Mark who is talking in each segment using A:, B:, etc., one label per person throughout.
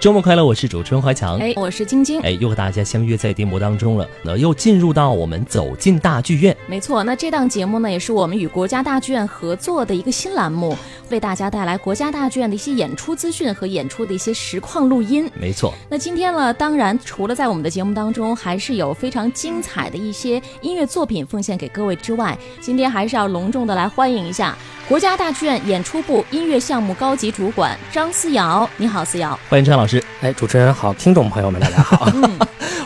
A: 周末快乐，我是主持人怀强。
B: 哎，我是晶晶。
A: 哎，又和大家相约在电波当中了，那又进入到我们走进大剧院。
B: 没错，那这档节目呢，也是我们与国家大剧院合作的一个新栏目，为大家带来国家大剧院的一些演出资讯和演出的一些实况录音。
A: 没错，
B: 那今天呢，当然除了在我们的节目当中，还是有非常精彩的一些音乐作品奉献给各位之外，今天还是要隆重的来欢迎一下国家大剧院演出部音乐项目高级主管张思瑶。你好，思瑶。
A: 欢迎张老师，
C: 哎，主持人好，听众朋友们，大家好。
B: 嗯，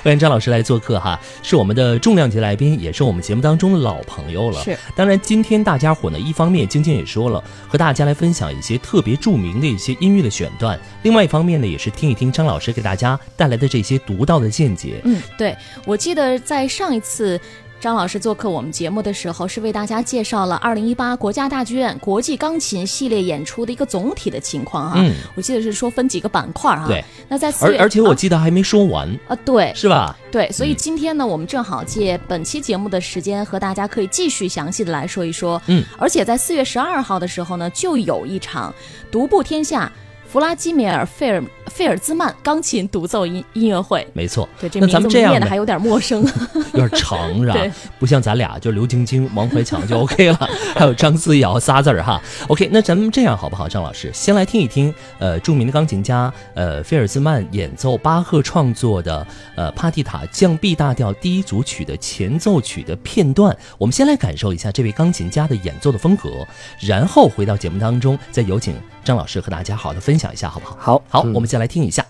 A: 欢迎张老师来做客哈，是我们的重量级来宾，也是我们节目当中的老朋友了。
B: 是。
A: 当然，今天大家伙呢，一方面晶晶也说了，和大家来分享一些特别著名的一些音乐的选段；另外一方面呢，也是听一听张老师给大家带来的这些独到的见解。
B: 嗯，对，我记得在上一次。张老师做客我们节目的时候，是为大家介绍了2018国家大剧院国际钢琴系列演出的一个总体的情况啊。
A: 嗯，
B: 我记得是说分几个板块啊。
A: 对。
B: 那在四
A: 而
B: 月
A: 而且我
B: 啊
A: 记得还没说完，
B: 啊，对
A: 是吧？
B: 对，所以
A: 嗯
B: 今天呢，我们正好借本期节目的时间，和大家可以继续详细的来说一说。
A: 嗯，
B: 而且在四月十二号的时候呢，就有一场独步天下弗拉基米尔费尔费尔兹曼钢琴独奏音音乐会。
A: 没错。
B: 对，这
A: 那
B: 名
A: 咱
B: 字
A: 们这样
B: 念的
A: 吧
B: 还有点陌生。
A: 有点长是吧
B: 对？
A: 不像咱俩就刘晶晶、王怀强就 OK 了， 还有张思瑶仨字儿哈。OK，那咱们这样好不好，张老师？先来听一听，呃，著名的钢琴家呃菲尔兹曼演奏巴赫创作的呃帕蒂塔降 B 大调第一组曲的前奏曲的片段。我们先来感受一下这位钢琴家的演奏的风格，然后回到节目当中，再有请张老师和大家好好的分享一下， 好不好？
C: 好，
A: 好，
C: 嗯
A: 我们先来听一下。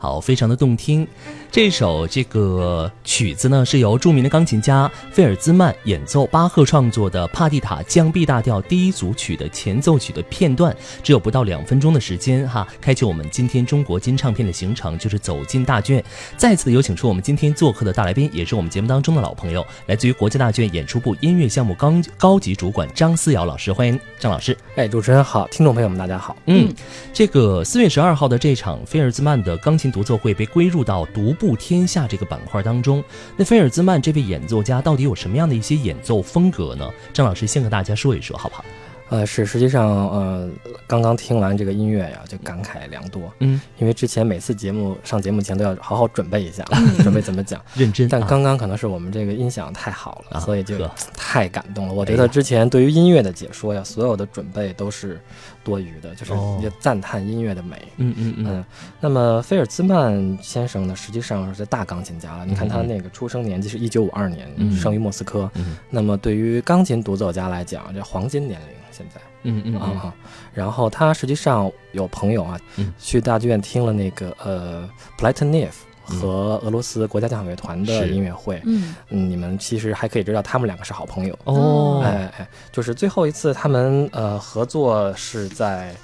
A: 好，非常的动听。这首这个曲子呢，是由著名的钢琴家费尔兹曼演奏巴赫创作的帕蒂塔降 B 大调第一组曲的前奏曲的片段，只有不到两分钟的时间哈，开启我们今天中国金唱片的行程，就是走进大剧院。再次有请出我们今天做客的大来宾，也是我们节目当中的老朋友，来自于国家大剧院演出部音乐项目高高级主管张思瑶老师，欢迎张老师。
C: 哎，主持人好，听众朋友们，大家好。
A: 嗯，这个四月十二号的这场菲尔兹曼的钢琴独奏会被归入到独步天下这个板块当中。那菲尔兹曼这位演奏家到底有什么样的一些演奏风格呢？张老师先和大家说一说，好不好？
C: 呃，是，实际上，呃，刚刚听完这个音乐呀、就感慨良多。
A: 嗯，
C: 因为之前每次节目上节目前都要好好准备一下，
A: 嗯
C: 准备怎 么讲。
A: 认真、啊。
C: 但刚刚可能是我们这个音响太好了，
A: 啊
C: 所以就
A: 呵
C: 太感动了。我
A: 哎
C: 觉
A: 呀
C: 得之前对于音乐的解说呀，所有的准备都是多余的，就是
A: 哦
C: 也赞叹音乐的美。
A: 嗯嗯嗯
C: 嗯，那么菲尔兹曼先生呢，实际上是大钢琴家了。你看他
A: 嗯
C: 那个出生年纪是一九五二年，
A: 嗯
C: 生于莫斯科。
A: 嗯
C: 那么对于钢琴独奏家来讲，这黄金年龄现在。
A: 嗯嗯
C: 啊、
A: 嗯
C: 然后他实际上有朋友啊，
A: 嗯
C: 去大剧院听了那个呃普莱特涅夫和俄罗斯国家交响乐团的
A: 嗯是
C: 音乐会，
B: 嗯，
C: 嗯，你们其实还可以知道他们两个是好朋友。
A: 哦，
C: 哎哎，就是最后一次他们呃合作是在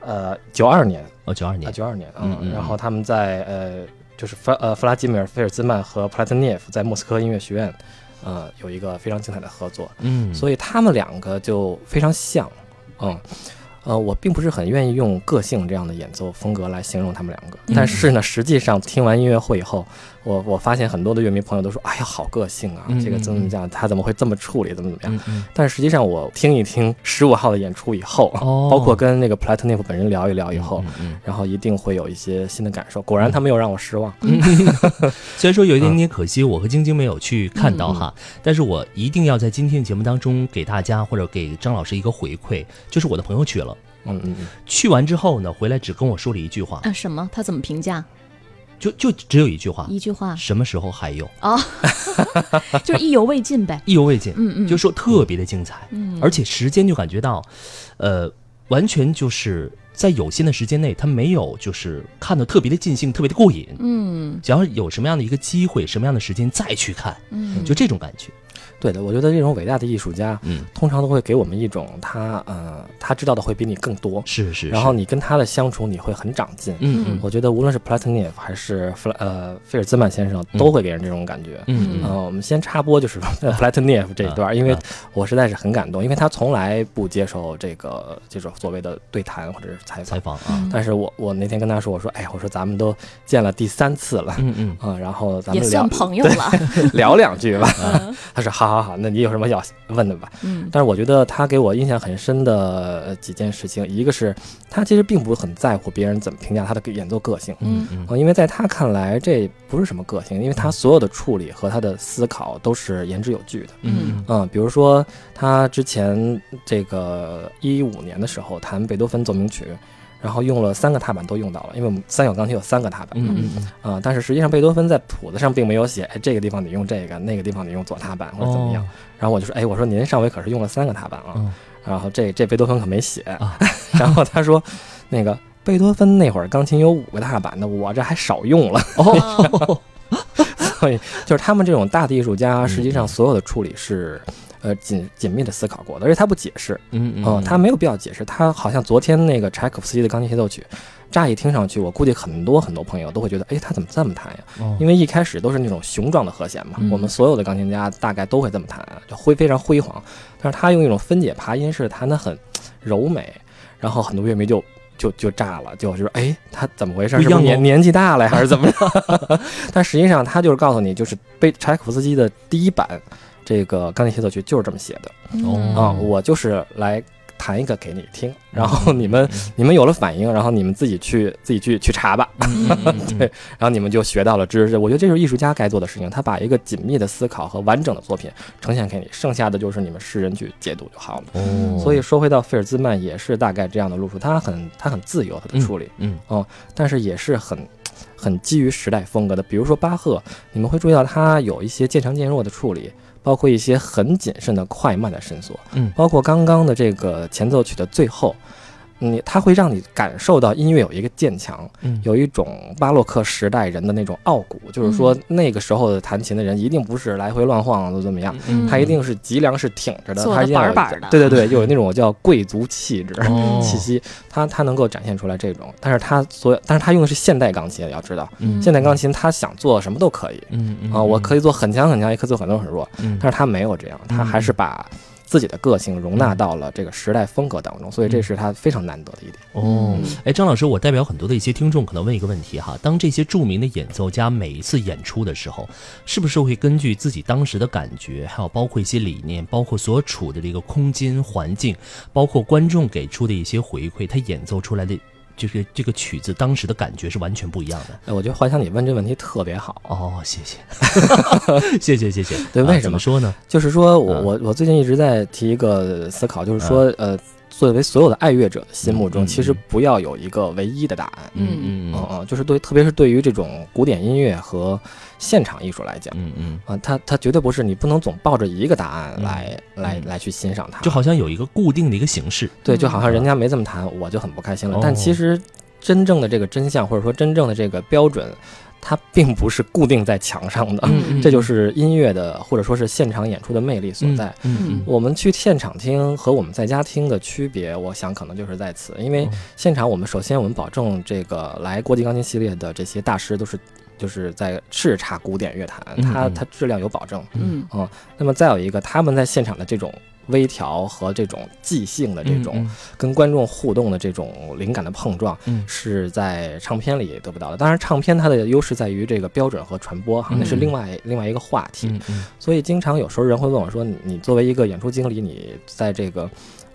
C: 呃九二年
A: 哦，九二
C: 啊
A: 年，
C: 九二年啊，
A: 嗯嗯
C: 然后他们在呃就是弗呃弗拉基米尔·菲尔兹曼和普莱特涅夫在莫斯科音乐学院呃有一个非常精彩的合作。
A: 嗯，
C: 所以他们两个就非常像，嗯，呃，我并不是很愿意用个性这样的演奏风格来形容他们两个，
A: 嗯
C: 但是呢，实际上听完音乐会以后，我我发现很多的乐迷朋友都说，哎呀，好个性啊
A: 嗯，
C: 这个怎么怎么样，他怎么会这么处理，怎么怎么样？
A: 嗯嗯，
C: 但实际上，我听一听十五号的演出以后，
A: 哦，
C: 包括跟那个普莱特涅夫本人聊一聊以
A: 嗯
C: 后，，
A: 嗯
C: 然后一定会有一些新的感受。果然，他没有让我失望。
A: 嗯虽然说有一点点可惜，我和晶晶没有去看到哈，但是我一定要在今天的节目当中给大家或者给张老师一个回馈，就是我的朋友去了，
C: 嗯嗯嗯，
A: 去完之后呢，回来只跟我说了一句话，
B: 啊什么？他怎么评价？
A: 就就只有一句话，
B: 一句话
A: 什么时候还有，
B: 哦， 就是意犹未尽呗。
A: 意犹未尽，
B: 嗯嗯，
A: 就说特别的精彩，
B: 嗯，
A: 而且时间就感觉到，呃，完全就是在有限的时间内，他没有就是看的特别的尽兴，特别的过瘾。
B: 嗯
A: 只要有什么样的一个机会，什么样的时间再去看，
B: 嗯，
A: 就这种感觉。
C: 对的，我觉得这种伟大的艺术家，
A: 嗯，
C: 通常都会给我们一种他呃，他知道的会比你更多，
A: 是是。
C: 然后，你跟他的相处，你会很长进。
A: 嗯嗯
C: 我觉得无论是普拉特涅夫还是弗拉呃菲尔兹曼先生，都会给人这种感觉。
A: 嗯
C: 呃，我们先插播就是 普莱特涅夫这一段，因为
A: 啊
C: 我实在是很感动，因为他从来不接受这个这种所谓的对谈或者是采
A: 采
C: 访。
A: 访啊，
C: 但是我我那天跟他说，我说哎，我说咱们都见了第三次了，
A: 嗯嗯，
C: 嗯，然后咱
B: 也
C: 们聊
B: 算朋友了。
C: 聊两句吧。
A: 啊
C: 他说好好好，那你有什么要问的吧？
B: 嗯
C: 但是我觉得他给我印象很深的呃几件事情，一个是他其实并不很在乎别人怎么评价他的演奏个性，
B: 嗯
A: 嗯
C: 呃因为在他看来这不是什么个性，因为他所有的处理和他的思考都是言之有据的。
A: 嗯
C: 嗯，比如说他之前这个一五年的时候弹贝多芬奏鸣曲，然后用了三个踏板都用到了，因为我们三角钢琴有三个踏板
A: 嗯嗯，
C: 啊、但是实际上贝多芬在谱子上并没有写，哎，这个地方你用这个，那个地方你用左踏板或者怎
A: 哦
C: 么样。？然后我就说，哎，我说您上回可是用了三个踏板啊。
A: 嗯
C: 然后这这贝多芬可没写。
A: 啊
C: 然后他说，那个贝多芬那会儿钢琴有五个踏板呢，我这还少用了。
A: 哦，
C: 所以就是他们这种大的艺术家，
A: 嗯
C: 实际上所有的处理是。呃，紧紧密的思考过的，而且他不解释，
A: 嗯
C: 嗯、他没有必要解释。他好像昨天那个柴可夫斯基的钢琴协奏曲，乍一听上去，我估计很多很多朋友都会觉得，哎，他怎么这么弹呀？因
A: 为
C: 为一开始都是那种雄壮的和弦嘛，
A: 哦嗯
C: 我们所有的钢琴家大概都会这么弹，就挥非常辉煌。但是他用一种分解爬音式弹得很柔美，然后很多乐迷就就就炸了，就就是哎，他怎么回事？
A: 不一
C: 是不
A: 样哦
C: 是年年纪大了呀，还是怎么着？ 但实际上他就是告诉你，就是被柴可夫斯基的第一版这个钢琴协奏曲就是这么写的
A: 哦
C: 啊、
A: 嗯
C: 我就是来弹一个给你听，然后你们你们有了反应，然后你们自己去自己去去查吧。
A: 对，
C: 然后你们就学到了知识。我觉得这就是艺术家该做的事情，他把一个紧密的思考和完整的作品呈现给你，剩下的就是你们世人去解读就好了。
A: 哦，
C: 所以说回到费尔兹曼也是大概这样的路数，他很他很自由他的处理，哦
A: 嗯
C: 但是也是很很基于时代风格的。比如说巴赫，你们会注意到他有一些渐强渐弱的处理。包括一些很谨慎的快慢的伸缩，
A: 嗯
C: 包括刚刚的这个前奏曲的最后，你它会让你感受到音乐有一个渐强，
A: 嗯
C: 有一种巴洛克时代人的那种傲骨，就是
A: 嗯
C: 说那个时候的弹琴的人一定不是来回乱晃的怎么样，
B: 嗯
C: 他一定是脊梁是挺着的，
B: 坐得
C: 他一定要有
B: 板儿板儿的
C: 对对对，又有那种叫贵族气质。
A: 哦
C: 气息，他他能够展现出来这种，但是他所，但是他用的是现代钢琴，要知道，现代钢琴他想做什么都可以
A: 嗯
C: 啊、我可以做很强很强，也可以做很弱很弱，
A: 嗯
C: 但是他没有这样，他还是把自己的个性融纳到了这个时代风格当中，所以这是他非常难得的一点。
A: 哦
B: 嗯，
A: 哎，张老师，我代表很多的一些听众，可能问一个问题哈：当这些著名的演奏家每一次演出的时候，是不是会根据自己当时的感觉，还有包括一些理念，包括所处的这个空间环境，包括观众给出的一些回馈，他演奏出来的就是这个曲子当时的感觉是完全不一样的？
C: 哎，我觉得华强，你问这问题特别好。
A: 哦，谢谢， 谢谢，谢谢。
C: 对
A: 啊
C: 为什么
A: 怎么说呢？
C: 就是说我
A: 嗯
C: 我我最近一直在提一个思考，就是说呃，作为所有的爱乐者的心目
A: 嗯
C: 中，
A: 嗯
C: 其实不要有一个唯一的答案。
A: 嗯
C: 嗯嗯，就是对，特别是对于这种古典音乐和现场艺术来讲，
A: 嗯嗯，
C: 啊，它它绝对不是你不能总抱着一个答案
A: 嗯
C: 来来
A: 嗯
C: 来去欣赏它，
A: 就好像有一个固定的一个形式，
C: 对，就好像
A: 嗯
C: 人家没这么弹，我就很不开心了。但
A: 哦
C: 其实真正的这个真相，或者说真正的这个标准，它并不是固定在墙上的，
B: 嗯
C: 这就是音乐的或者说是现场演出的魅力所在。。
A: 嗯嗯
C: 我们去现场听和我们在家听的区别，我想可能就是在此，因为
A: 哦
C: 现场我们首先我们保证这个来国际钢琴系列的这些大师都是就是在叱咤古典乐坛，
A: 嗯
C: 它
A: 嗯
C: 它质量有保证。
B: 嗯
C: 那么再有一个，他们在现场的这种微调和这种即兴的这种
A: 嗯
C: 跟观众互动的这种灵感的碰撞，
A: 嗯
C: 是在唱片里得不到的。当然，唱片它的优势在于这个标准和传播哈，那是
A: 嗯
C: 另外另外一个话题。
A: 嗯嗯
C: 所以经常有时候人会问我说你：“你作为一个演出经理，你在这个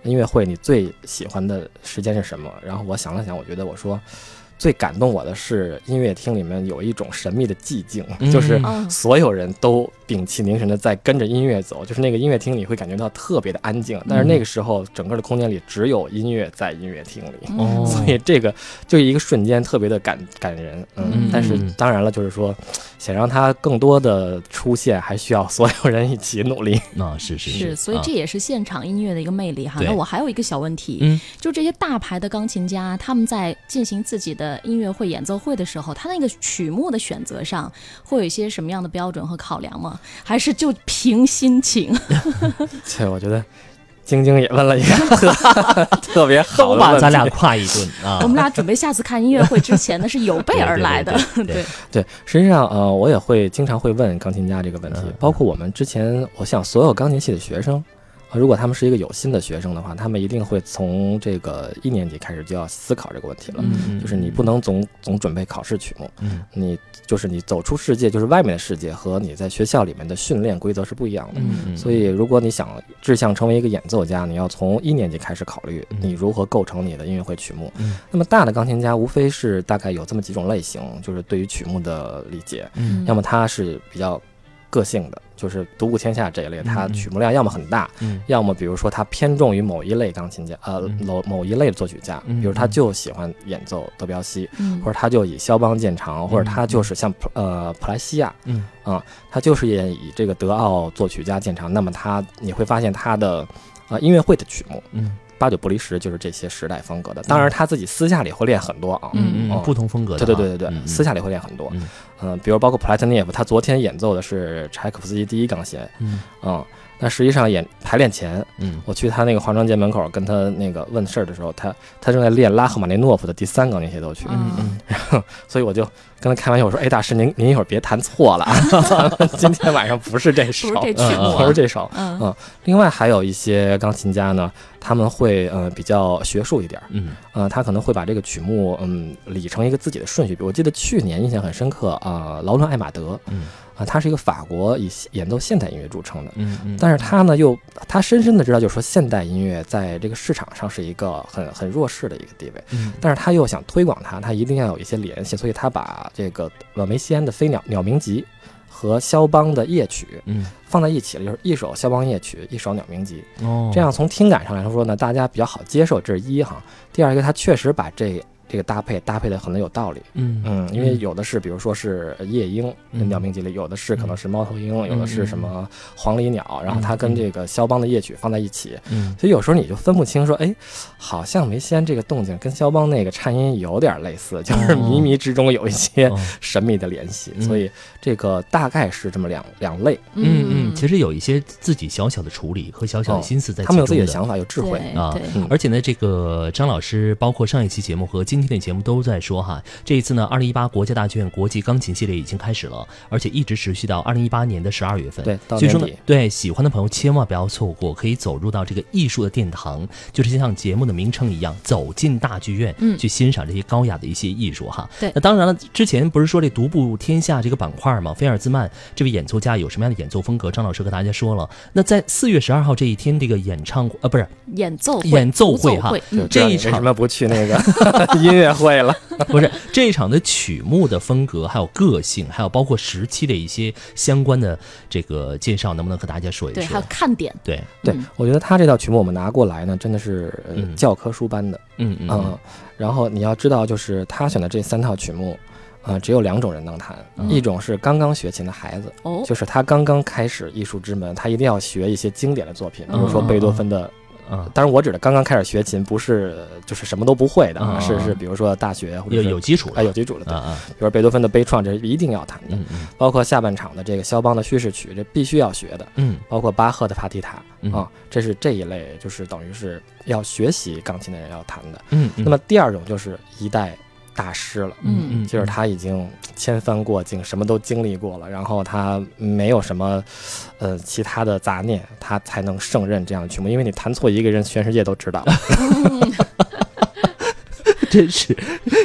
C: 音乐会你最喜欢的时间是什么？”然后我想了想，我觉得我说最感动我的是音乐厅里面有一种神秘的寂静，
A: 嗯
C: 就是
B: 嗯
C: 所有人都屏气凝神的在跟着音乐走，就是那个音乐厅你会感觉到特别的安静，但是
A: 嗯
C: 那个时候整个的空间里只有音乐在音乐厅
B: 嗯
C: 里。
A: 哦
C: 所以这个就一个瞬间特别的感感人，
B: 嗯
C: 嗯，但是当然了，就是说想让它更多的出现，还需要所有人一起努 力。
A: 啊是是
B: 是，所以
A: 啊
B: 这也是现场音乐的一个魅力哈。
A: 对
B: 那我还有一个小问题，
A: 嗯
B: 就这些大牌的钢琴家，他们在进行自己的音乐会演奏会的时候，他那个曲目的选择上会有一些什么样的标准和考量吗？还是就凭心情？
C: 对，我觉得晶晶也问了一个 特别好
A: 都
C: 的
A: 把
C: 问题
A: 咱俩夸一顿啊！
B: 我们俩准备下次看音乐会之前呢，是有备而来的。
A: 对对对对
C: 对，实际上呃，我也会经常会问钢琴家这个问题
A: 嗯，
C: 包括我们之前，我想所有钢琴系的学生。呃如果他们是一个有心的学生的话，他们一定会从这个一年级开始就要思考这个问题了。
A: 嗯
C: 就是你不能总总准备考试曲目，
A: 嗯
C: 你就是你走出世界，就是外面的世界和你在学校里面的训练规则是不一样的。
A: 嗯嗯，
C: 所以，如果你想志向成为一个演奏家，你要从一年级开始考虑
A: 嗯
C: 你如何构成你的音乐会曲目。
A: 嗯
C: 那么，大的钢琴家无非是大概有这么几种类型，就是对于曲目的理解，
A: 嗯
C: 要么他是比较个性的，就是独步天下这一类，他
A: 嗯嗯
C: 曲目量要么很大，
A: 嗯
C: 要么比如说他偏重于某一类钢琴家，呃，
A: 嗯
C: 某某一类的作曲家，
A: 嗯
C: 比如他
A: 嗯
C: 就喜欢演奏德彪西，
B: 嗯
C: 或者他就以肖邦见长，或者他
A: 嗯
C: 就是像普呃普莱西亚，
A: 嗯
C: 啊，他就是也以这个德奥作曲家见长。那么他你会发现他的呃音乐会的曲目
A: 嗯
C: 八九不离十，就是这些时代风格的。当然他自己私下里会练很多啊，
A: 嗯嗯，
C: 哦
A: 不同风格的
C: 对
A: 啊，
C: 对对对
A: 嗯
C: 对，私下里会练很多
A: 嗯。
C: 嗯，比如包括普莱特涅夫，他昨天演奏的是柴可夫斯基第一钢弦，
A: 嗯
C: 嗯，那实际上演排练前，
A: 嗯
C: 我去他那个化妆间门口跟他那个问事儿的时候，他他正在练拉赫玛尼诺夫的第三钢琴协奏曲。
B: 嗯
A: 嗯
C: 所以我就跟他开玩笑，我说：“哎，大师，您您一会儿别弹错了，啊， 今天晚上不是这首，
B: 不是这曲
A: 目啊
C: 不是这首。
B: 嗯
C: 嗯另外还有一些钢琴家呢，他们会呃比较学术一点儿，
A: 嗯
C: 呃，他可能会把这个曲目嗯理成一个自己的顺序。比如我记得去年印象很深刻啊、呃劳伦·艾玛德，
A: 嗯
C: 啊、他是一个法国以演奏现代音乐著称的。
A: 嗯嗯，
C: 但是他呢，又他深深的知道，就是说现代音乐在这个市场上是一个很很弱势的一个地位。
A: 嗯
C: 但是他又想推广它，他一定要有一些联系，所以他把这个呃梅西安的《飞鸟鸟鸣集》和肖邦的夜曲
A: 嗯
C: 放在一起了，就是一首肖邦夜曲，一首鸟鸣集。
A: 哦，
C: 这样从听感上来说呢，大家比较好接受，这是一哈。第二一个，他确实把这这个搭配搭配的很有道理。
A: 嗯嗯
C: 嗯，因为有的是，比如说是呃夜莺，
A: 嗯
C: 鸟鸣集里有的是可能是猫头鹰，有的是什么黄鹂鸟，然后它
A: 嗯
C: 跟这个肖邦的夜曲放在一起，
A: 嗯
C: 所以有时候你就分不清，说，哎，好像梅西安这个动静跟肖邦那个颤音有点类似，就是
A: 哦
C: 靡靡之中有一些
A: 哦
C: 神秘的联系，
A: 嗯
C: 所以这个大概是这么两两类，
A: 嗯嗯，其实有一些自己小小的处理和小小的心思在，
C: 他们有自己的。想法，有智慧。
B: 对
A: 啊
B: 对
C: 嗯
A: 而且呢，这个张老师包括上一期节目和今天的节目都在说哈，这一次呢，二零一八国家大剧院国际钢琴系列已经开始了，而且一直持续到二零一八年的十二月份。
C: 对到
A: 所以说呢
C: 年底，
A: 对喜欢的朋友千万不要错过，可以走入到这个艺术的殿堂，就是像节目的名称一样，走进大剧院，
B: 嗯
A: 去欣赏这些高雅的一些艺术哈。
B: 对
A: 那当然了，之前不是说这独步天下这个板块嘛，菲尔兹曼这位演奏家有什么样的演奏风格，张老师和大家说了。那在四月十二号这一天，这个演唱呃不是
B: 演奏会
A: 演奏
B: 独奏
A: 哈
B: 会嗯
C: 知
A: 这
C: 道你
A: 一
C: 为什
A: 场
C: 么不去那个 音音乐会 了。
A: 不是这一场的曲目的风格，还有个性，还有包括时期的一些相关的这个介绍，能不能和大家说一
B: 对，还
A: 说
B: 有？看点，
A: 对，
C: 对
B: 嗯，
C: 我觉得他这道曲目我们拿过来呢，真的是呃
A: 嗯
C: 教科书般的
A: 嗯嗯
C: 嗯
A: 嗯，
C: 然后你要知道，就是他选的这三套曲目，啊、只有两种人能弹，
A: 嗯
C: 一种是刚刚学琴的孩子，
B: 哦，
C: 就是他刚刚开始艺术之门，他一定要学一些经典的作品，比如说
A: 嗯嗯
C: 贝多芬的。
A: 嗯，
C: 当然，我指的刚刚开始学琴，不是呃就是什么都不会的，
A: 嗯嗯
C: 啊，是
A: 嗯
C: 是，比如说大学或者
A: 有
C: 是
A: 有基础
C: 啊
A: 了
C: 有基础了，对，
A: 啊啊，
C: 比如说贝多芬的悲怆，这是一定要弹的，
A: 嗯嗯
C: 包括下半场的这个肖邦的叙事曲，这必须要学的，
A: 嗯
C: 包括巴赫的帕蒂塔
A: 嗯
C: 啊，这是这一类，就是等于是要学习钢琴的人要弹的。
A: 嗯 嗯，
C: 那么第二种就是一代大师了，
B: 嗯，
A: 嗯
C: 就是他已经千帆过尽，什么都经历过了，然后他没有什么呃其他的杂念，他才能胜任这样的曲目。因为你弹错一个人，全世界都知道。
A: 真是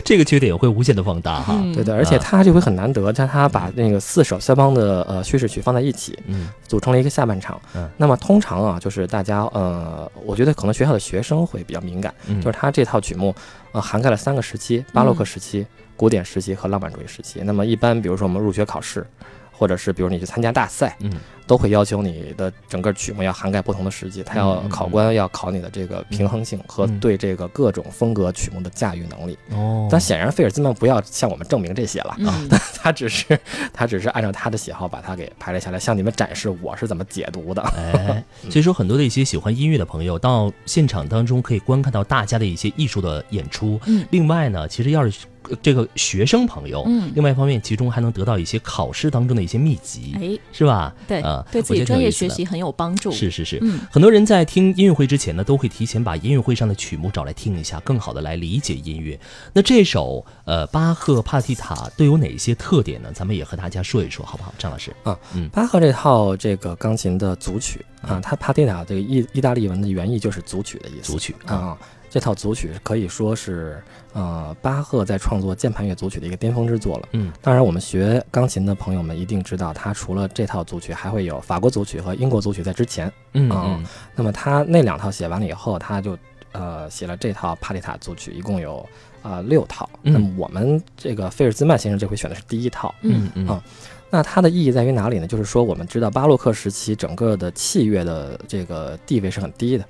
A: 这个缺点会无限的放大哈。
B: 嗯
C: 对对，而且他这回很难得，他他把那个四首肖邦的呃叙事曲放在一起，
A: 嗯
C: 组成了一个下半场。
A: 嗯
C: 那么通常啊，就是大家呃，我觉得可能学校的学生会比较敏感，
A: 嗯，
C: 就是他这套曲目，呃，涵盖了三个时期：巴洛克时期、古典时期和浪漫主义时期。那么一般，比如说我们入学考试，或者是比如你去参加大赛，
A: 嗯
C: 都会要求你的整个曲目要涵盖不同的时期。他要
A: 嗯嗯
C: 考官要考你的这个平衡性和
A: 嗯
C: 对这个各种风格曲目的驾驭能力。
A: 哦，
C: 但显然，费尔兹曼不要向我们证明这些了。
A: 啊
B: 嗯，
C: 他只是， 他只是按照他的喜好把它给排列下来，向你们展示我是怎么解读的。
A: 哎，所以说很多的一些喜欢音乐的朋友到现场当中可以观看到大家的一些艺术的演出。
B: 嗯
A: 另外呢，其实要是呃这个学生朋友，
B: 嗯
A: 另外一方面，其中还能得到一些考试当中的一些秘籍，
B: 哎，
A: 是吧？
B: 对
A: 啊，
B: 对
A: 我
B: 自
A: 觉
B: 己
A: 得挺
B: 专
A: 有
B: 业
A: 意思
B: 学
A: 的
B: 习很有帮助，
A: 是是是，
B: 嗯
A: 很多人在听音乐会之前呢，都会提前把音乐会上的曲目找来听一下，更好的来理解音乐。那这首呃巴赫帕蒂塔都有哪些特点呢？咱们也和大家说一说，好不好，张老师？嗯
C: 巴赫这套这个钢琴的组曲啊，它帕蒂塔这个意意大利文的原意就是组曲的意思。
A: 组曲，
C: 啊，这套组曲可以说是呃巴赫在创作键盘乐组曲的一个巅峰之作了。
A: 嗯
C: 当然，我们学钢琴的朋友们一定知道，他除了这套组曲，还会有法国组曲和英国组曲在之前。
A: 嗯
C: 啊
A: 嗯
C: 那么他那两套写完了以后，他就呃写了这套帕蒂塔组曲，一共有啊、呃六套。
A: 嗯
C: 那么我们这个费尔兹曼先生这回选的是第一套。
A: 嗯嗯
C: 啊那它的意义在于哪里呢？就是说，我们知道巴洛克时期整个的器乐的这个地位是很低的，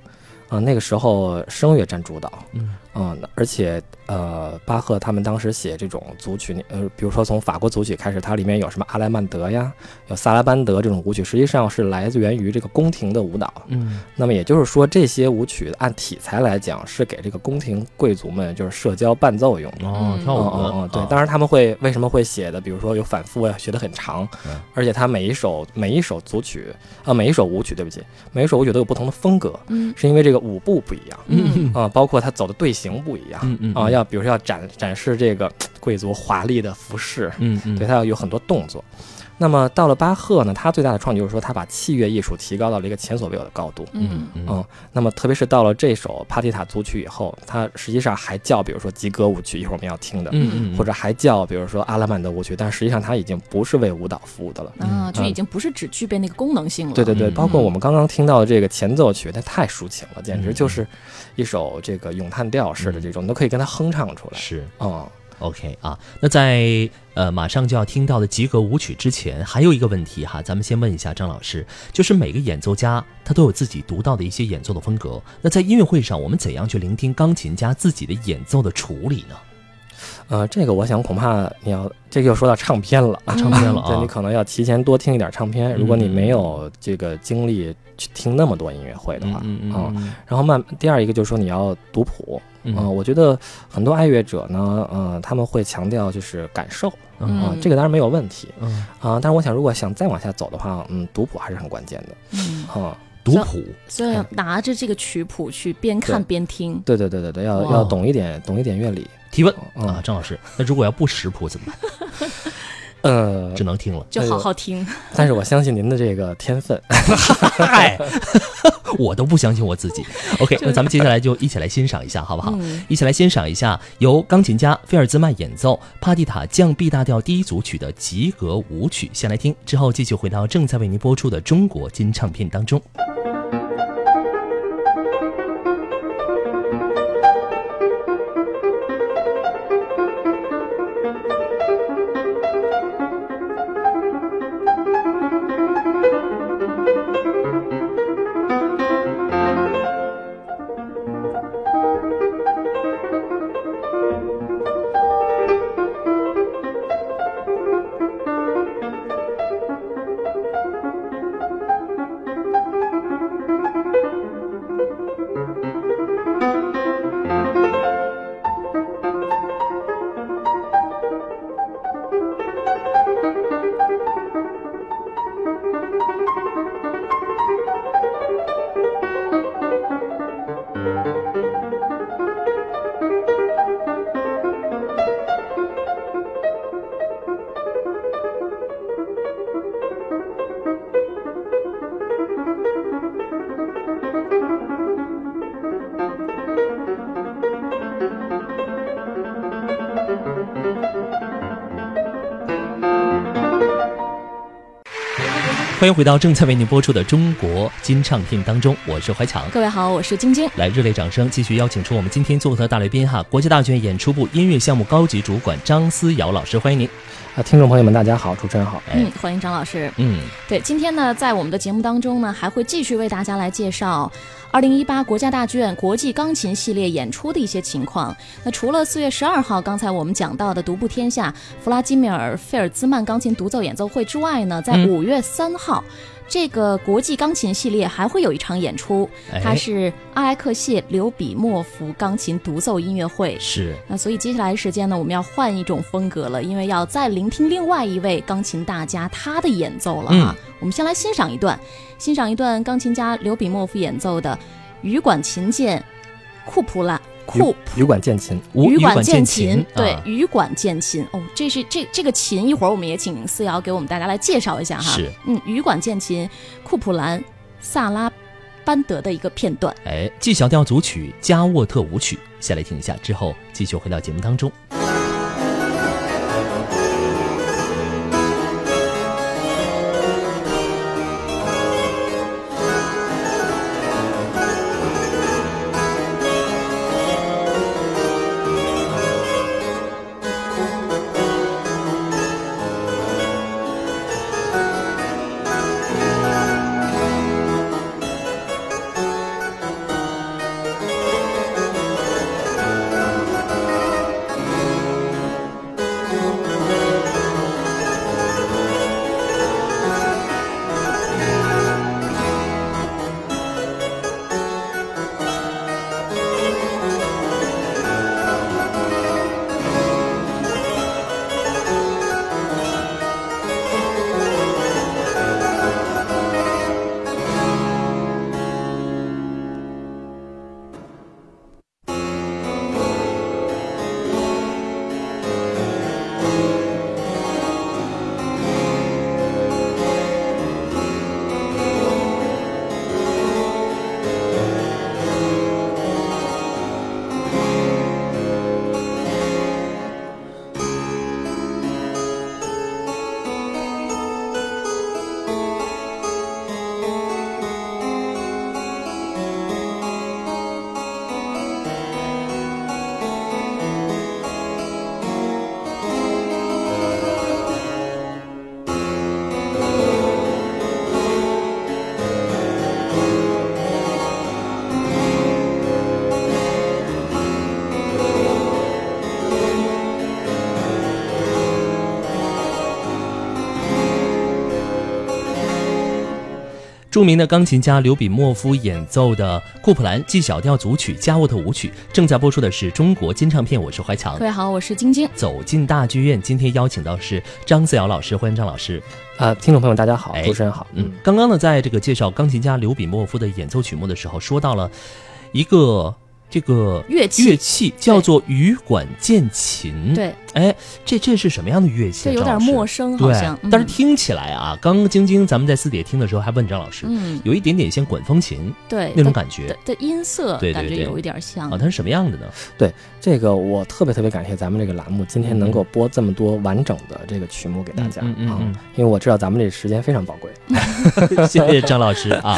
C: 啊、那个时候声乐占主导，
A: 嗯
C: 嗯，而且呃，巴赫他们当时写这种组曲，呃，比如说从法国组曲开始，它里面有什么阿莱曼德呀，有萨拉班德这种舞曲，实际上是来自源于这个宫廷的舞蹈。
A: 嗯
C: 那么也就是说，这些舞曲按体裁来讲，是给这个宫廷贵族们就是社交伴奏用的。
A: 哦，
B: 嗯
A: 跳舞的
C: 哦哦，对，
A: 啊
C: 当然他们会为什么会写的，比如说有反复啊，学得很长
A: 嗯，
C: 而且他每一首每一首组曲啊、每一首舞曲，对不起，每一首舞曲都有不同的风格，
B: 嗯
C: 是因为这个舞步不一样
A: 嗯
C: 啊、包括他走的队形不一样
A: 嗯嗯
C: 啊、要比如说要展展示这个贵族华丽的服饰，
A: 嗯嗯
C: 对，他要有很多动作。那么到了巴赫呢，他最大的创举就是说他把器乐艺术提高到了一个前所未有的高度。
A: 嗯
B: 嗯
A: 嗯
C: 嗯，那么特别是到了这首帕蒂塔组曲以后，它实际上还叫，比如说吉格舞曲，一会儿我们要听的，
A: 嗯嗯，
C: 或者还叫比如说阿拉曼德舞曲，但实际上它已经不是为舞蹈服务的了。
B: 啊，就
C: 嗯
B: 已经不是只具备那个功能性了，
C: 对对对，
A: 嗯
C: 包括我们刚刚听到的这个前奏曲，它太抒情了，简
A: 嗯
C: 直就是一首这个咏叹调式的这种，你都可以跟它哼唱出来。
A: 是
C: 嗯，
A: OK 啊。那在呃马上就要听到的及格舞曲之前，还有一个问题哈，咱们先问一下张老师，就是每个演奏家他都有自己独到的一些演奏的风格。那在音乐会上，我们怎样去聆听钢琴家自己的演奏的处理呢？
C: 呃，这个我想恐怕你要这个又说到唱片了，
A: 啊，唱片了
C: 对你
A: 啊，嗯
C: 可能要提前多听一点唱片，如果你没有这个精力去听那么多音乐会的话，
A: 嗯
C: 啊
A: 嗯
C: 然后慢，第二一个就是说你要读谱，嗯、
A: 嗯
C: 我觉得很多爱乐者呢，呃，他们会强调就是感受啊、
A: 哦
B: 嗯
C: 这个当然没有问题
A: 嗯，
C: 啊、但是我想如果想再往下走的话，嗯，读谱还是很关键的
B: 嗯，
C: 啊、
A: 读谱
B: 所以
A: 哎
B: 要拿着这个曲谱去边看边听，
C: 对对对对对，要
B: 哇
C: 要懂一点，懂一点乐理，
A: 提
B: 哦
A: 问
C: 嗯
A: 啊，张老师，那如果要不识谱怎么办？
C: 呃
A: 只，能听了。
B: 就好好听，
C: 但是我相信您的这个天分，
A: 嗨，我都不相信我自己。OK，那咱们接下来就一起来欣赏一下，好不好？
B: 嗯
A: 一起来欣赏一下由钢琴家菲尔兹曼演奏帕蒂塔降 B 大调第一组曲的及格舞曲，先来听，之后继续回到正在为您播出的中国金唱片当中。欢迎回到正在为您播出的中国金唱片当中，我是怀强。
B: 各位好，我是晶晶。
A: 来，热烈掌声！继续邀请出我们今天做客的大来宾哈，国家大剧院演出部音乐项目高级主管张思瑶老师，欢迎您。
C: 啊，听众朋友们，大家好，主持人好。
A: 哎
B: 嗯，欢迎张老师。
A: 嗯，
B: 对，今天呢，在我们的节目当中呢，还会继续为大家来介绍二零一八国家大剧院国际钢琴系列演出的一些情况。那除了四月十二号刚才我们讲到的独步天下弗拉基米尔·费尔兹曼钢琴独奏演奏会之外呢，在
A: 嗯
B: 五月三号。这个国际钢琴系列还会有一场演出，
A: 哎
B: 它是阿莱克谢·留比莫夫钢琴独奏音乐会。
A: 是
B: 那所以接下来的时间呢，我们要换一种风格了，因为要再聆听另外一位钢琴大家他的演奏了啊。
A: 嗯
B: 我们先来欣赏一段，欣赏一段钢琴家刘比莫夫演奏的羽管琴键库普拉库
C: 羽管键琴，
A: 无
B: 羽
A: 管键
B: 键
A: 琴，
B: 对
A: 啊，
B: 羽管键琴哦，这是这这个琴，一会儿我们也请思瑶给我们大家来介绍一下哈。
A: 是，
B: 嗯，羽管键琴库普兰萨拉班德的一个片段。
A: 哎，G 小调组曲加沃特舞曲，先来听一下，之后继续回到节目当中。著名的钢琴家刘比莫夫演奏的库普兰 G 小调组曲加沃特舞曲，正在播出的是中国金唱片，我是怀强
B: 各。位好，我是晶晶。
A: 走进大剧院，今天邀请到是张思瑶老师，欢迎张老师。
C: 啊，听众朋友们，大家好，
A: 哎
C: 主持人好。
A: 嗯，刚刚呢，在这个介绍钢琴家刘比莫夫的演奏曲目的时候，说到了一个这个
B: 乐器
A: 乐器叫做羽管键琴。，
B: 对，
A: 哎，这这是什么样的乐器
B: 这
A: 啊？
B: 有
A: 张
B: 点
A: 老师
B: 陌生，好
A: 对
B: 像。，
A: 但是
B: 嗯
A: 听起来啊，刚刚晶晶咱们在私底下听的时候还问张老师，
B: 嗯，
A: 有一点点像管风琴
B: 对，
A: 那种
B: 但
A: 感觉
B: 的的音色
A: 对对
B: 感觉
A: 对
B: 有一点像
A: 啊，。它是什么样的呢？
C: 这个我特别特别感谢咱们这个栏目今天能够播这么多完整的这个曲目给大家
A: 嗯嗯嗯
C: 啊
A: 嗯，
C: 因为我知道咱们这时间非常宝贵，
A: 谢谢张老师啊，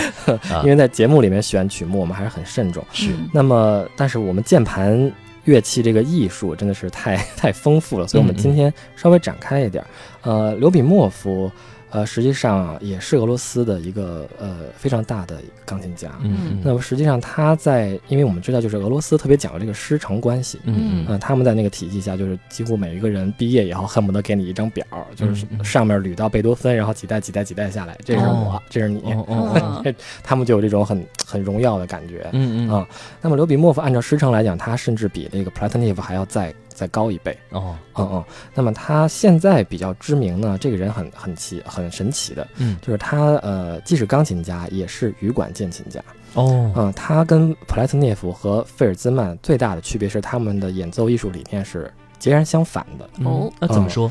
A: 啊
C: 因为在节目里面选曲目我们还是很慎重。
A: 是
B: 嗯
C: 那么，但是我们键盘乐器这个艺术真的是太 太丰富了，所以我们
A: 嗯嗯
C: 今天稍微展开一点儿。呃，刘比莫夫，呃，实际上也是俄罗斯的一个呃非常大的钢琴家。
A: 嗯
C: 那么实际上他在，因为我们知道就是俄罗斯特别讲究这个师承关系。
A: 嗯
C: 嗯，他们在那个体系下，就是几乎每一个人毕业以后，恨不得给你一张表儿，就是
A: 嗯嗯
C: 上面捋到贝多芬，然后几代几代几代下来，这是我，
A: 哦
C: 这是你，
A: 哦哦哦，
B: 嗯
C: 他们就有这种很很荣耀的感觉。
A: 嗯嗯
C: 啊那么刘比莫夫按照师承来讲，他甚至比这个 Platoniev 还要再再高一倍。
A: 哦
C: 嗯嗯，那么他现在比较知名呢，这个人很很奇很神奇的，
A: 嗯
C: 就是他呃，既是钢琴家，也是羽管键琴家。
A: 哦，
C: 嗯，他跟普莱特涅夫和费尔兹曼最大的区别是，他们的演奏艺术理念是截然相反的。
B: 哦
A: 嗯那
C: 哦
A: 怎么说？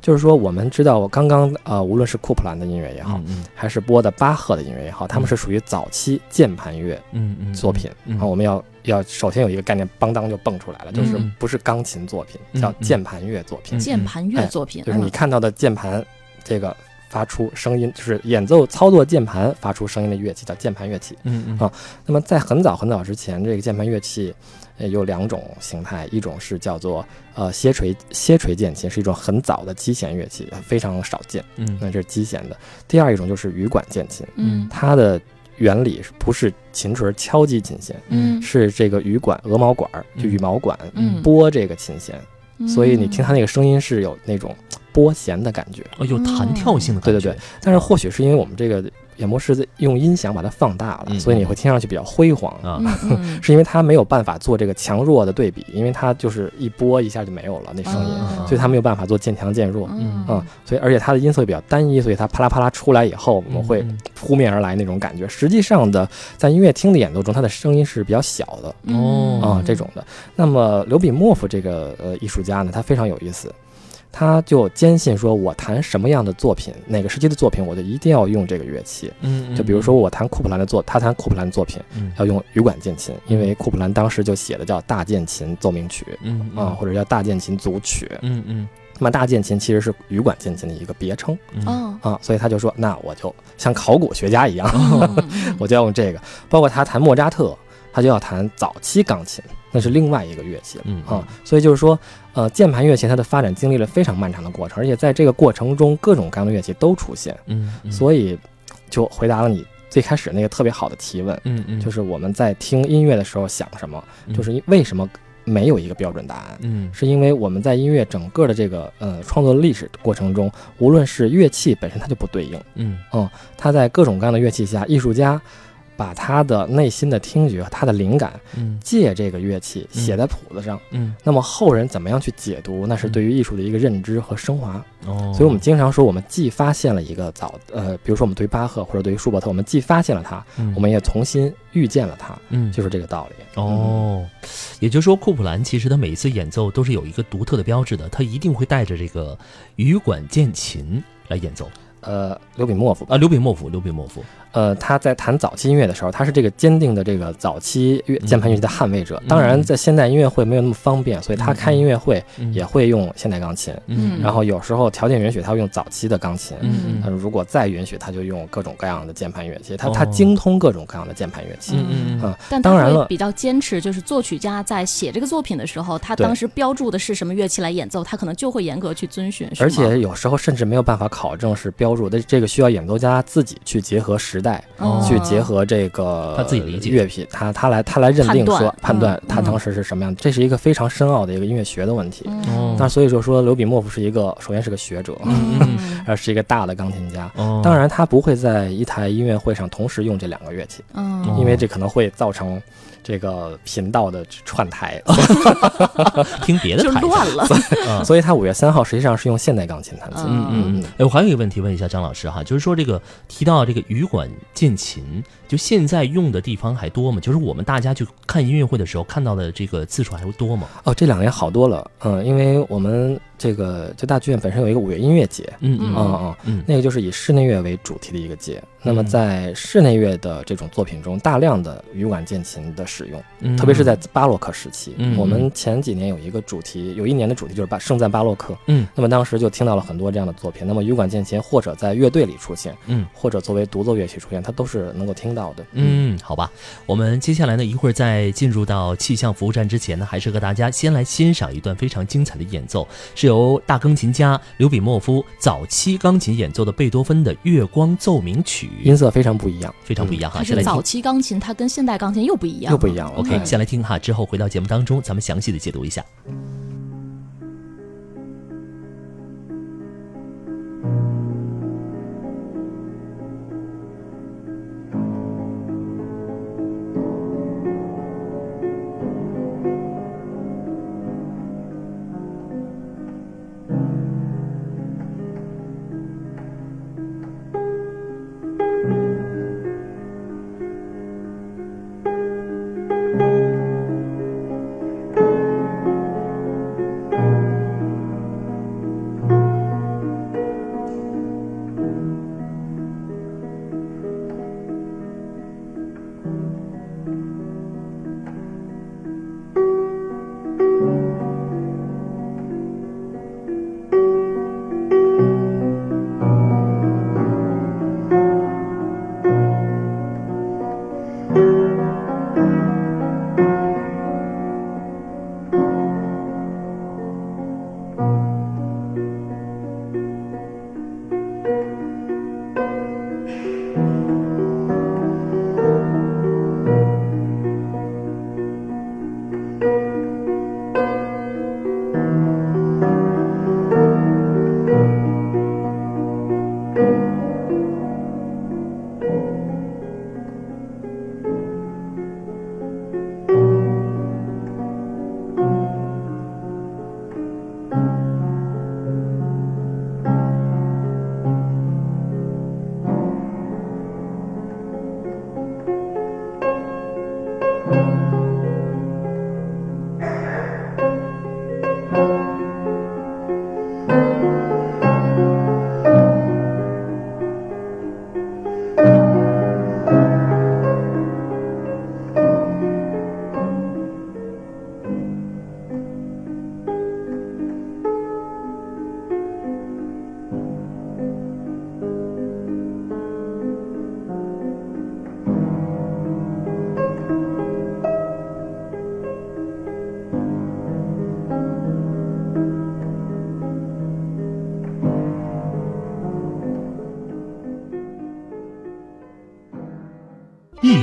C: 就是说，我们知道，我刚刚呃，无论是库普兰的音乐也好，
A: 嗯嗯
C: 还是播的巴赫的音乐也好，他们是属于早期键盘乐
A: 嗯嗯，
C: 作品。
A: 嗯
C: 然后我们要要首先有一个概念，邦当就蹦出来了，就是
A: 嗯
C: 不是钢琴作品，
A: 嗯
C: 叫
A: 嗯
C: 键盘乐作
A: 嗯
C: 品，
B: 键盘乐作品，啊
C: 就是你看到的键盘这个发出声音，就是演奏操作键盘发出声音的乐器叫键盘乐器。
A: 嗯嗯
C: 啊那么在很早很早之前，这个键盘乐器呃有两种形态，一种是叫做呃楔锤楔锤键琴，是一种很早的击弦乐器，呃非常少见，
A: 嗯
C: 那这是击弦的。第二一种就是羽管键琴，
B: 嗯
C: 它的原理是不是琴锤敲击琴弦，
B: 嗯
C: 是这个羽管鹅毛管儿就羽毛管
B: 嗯
C: 拨这个琴弦，
B: 嗯，
C: 所以你听它那个声音是有那种拨弦的感觉。
A: 哦，有弹跳性的感觉。
C: 对对但是或许是因为我们这个演播室在用音响把它放大了，
A: 嗯
C: 所以你会听上去比较辉煌。
A: 啊，
B: 嗯嗯
C: 是因为它没有办法做这个强弱的对比，因为它就是一拨一下就没有了那声音，啊
B: 哦
C: 所以它没有办法做渐强渐弱。
A: 嗯
C: 嗯，所以而且它的音色比较单一，所以它啪啦啪啦出来以后，我们会
A: 嗯
C: 扑面而来那种感觉。实际上的，在音乐厅的演奏中，它的声音是比较小的
B: 嗯
A: 哦
C: 啊、这种的。那么刘比莫夫这个呃艺术家呢，他非常有意思，他就坚信说，我弹什么样的作品，哪个时期的作品，我就一定要用这个乐器。
A: 嗯，
C: 就比如说我弹库普兰的作，他弹库普兰的作品，
A: 嗯，
C: 要用羽管键琴，因为库普兰当时就写的叫大键琴奏鸣曲
A: 嗯嗯
C: 啊、或者叫大键琴组曲。
A: 嗯嗯
C: 那么大键琴其实是羽管键琴的一个别称
A: 嗯
B: 哦，
C: 啊、所以他就说，那我就像考古学家一样，
B: 嗯
C: 我就要用这个。包括他弹莫扎特，他就要弹早期钢琴，那是另外一个乐器了
A: 嗯
C: 啊、所以就是说，呃，键盘乐器它的发展经历了非常漫长的过程，而且在这个过程中，各种各样的乐器都出现，
A: 嗯嗯，以
C: 所以就回答了你最开始那个特别好的提问。
A: 嗯嗯
C: 就是我们在听音乐的时候想什么，
A: 嗯
C: 就是因为什么没有一个标准答案，
A: 嗯
C: 是因为我们在音乐整个的这个呃创作历史过程中，无论是乐器本身它就不对应，
A: 嗯
C: 它在各种各样的乐器下，艺术家把他的内心的听觉、他的灵感
A: 嗯
C: 借这个乐器写在谱子上，
A: 嗯
C: 那么后人怎么样去解读，那是对于艺术的一个认知和升华。
A: 哦，
C: 所以我们经常说，我们既发现了一个早呃，比如说我们对巴赫或者对于舒伯特，我们既发现了他，
A: 嗯
C: 我们也重新遇见了他。
A: 嗯
C: 就是这个道理。
A: 哦，也就是说，库普兰其实他每一次演奏都是有一个独特的标志的，他一定会带着这个羽管键琴来演奏
C: 呃，刘比莫夫吧，
A: 啊。刘比莫夫，刘比莫夫，
C: 呃，他在弹早期音乐的时候，他是这个坚定的这个早期乐键盘乐器的捍卫者。
A: 嗯
C: 当然，在现代音乐会没有那么方便，所以他开音乐会
A: 嗯
C: 也会用现代钢琴，
B: 嗯
C: 然后有时候条件允许，他会用早期的钢琴。
A: 嗯
C: 呃
A: 嗯
C: 如果再允许，他就用各种各样的键盘乐器，他
A: 哦
C: 他精通各种各样的键盘乐器。
A: 嗯嗯
C: 嗯
B: 但
C: 当
B: 他
C: 然
B: 会
C: 了
B: 比较坚持，就是作曲家在写这个作品的时候，他
C: 对
B: 当时标注的是什么乐器来演奏，他可能就会严格去遵循。是
C: 而
B: 吗
C: 且有时候甚至没有办法考证是标注的，这个需要演奏家自己去结合时代，
B: 哦
C: 去结合这个
A: 他自己理解
C: 乐谱，他他来他来认
B: 判
C: 定
B: 断
C: 说判断
B: 嗯
C: 他当时是什么样的，这是一个非常深奥的一个音乐学的问题。
A: 哦
B: 嗯
C: 那所以就说刘比莫夫是一个首先是个学者，
A: 嗯
C: 而是一个大的钢琴家。
A: 哦，
C: 当然，他不会在一台音乐会上同时用这两个乐器，
B: 嗯
C: 因为这可能会造成这个频道的串台。
A: 听别的
B: 就
A: 台子
B: 乱了。
A: 啊
C: 所以他五月三号实际上是用现代钢琴弹奏。
A: 嗯嗯嗯
C: 嗯，
A: 哎，我还有一个问题问一下张老师哈，就是说这个提到这个羽管键琴，就现在用的地方还多吗？就是我们大家去看音乐会的时候看到的这个次数还会多吗？
C: 哦，这两年好多了。嗯，因为我们这个就大剧院本身有一个五月音乐节。
A: 嗯
B: 嗯
C: 嗯嗯，
A: 嗯
C: 那个就是以室内乐为主题的一个节。那么
A: 嗯
C: 在室内乐的这种作品中，大量的羽管键琴的使用，
A: 嗯，
C: 特别是在巴洛克时期。
A: 嗯
C: 我们前几年有一个主题，有一年的主题就是巴圣赞巴洛克。
A: 嗯，
C: 那么当时就听到了很多这样的作品。那么羽管键琴或者在乐队里出现，
A: 嗯，
C: 或者作为独奏乐器出现，它都是能够听到的。
A: 嗯，好吧，我们接下来呢，一会儿在进入到气象服务站之前呢，还是和大家先来欣赏一段非常精彩的演奏，是由大钢琴家刘比莫夫早期钢琴演奏的贝多芬的《月光奏鸣曲
C: 音》，色非常不一样，
A: 非常不一样哈，
B: 它
A: 先
B: 嗯是
A: 来听
B: 早。期钢琴，它跟现代钢琴又不一样，
C: 又不一。样了。哎
A: OK，
C: 对
A: 先来听哈，之后回到节目当中，咱们详细的解读一下。
D: Thank
E: 艺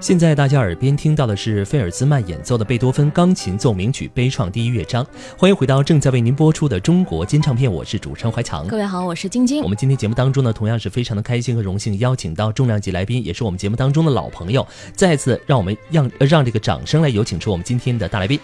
A: 现在大家耳边听到的是费尔兹曼演奏的贝多芬钢琴奏鸣曲悲怆第一乐章。欢迎回到正在为您播出的中国金唱片，我是主持人怀强
B: 各。位好，我是晶晶
A: 我。们今天节目当中呢，同样是非常的开心和荣幸，邀请到重量级来宾，也是我们节目当中的老朋友。再次让我们让呃让这个掌声来有请出我们今天的大来宾。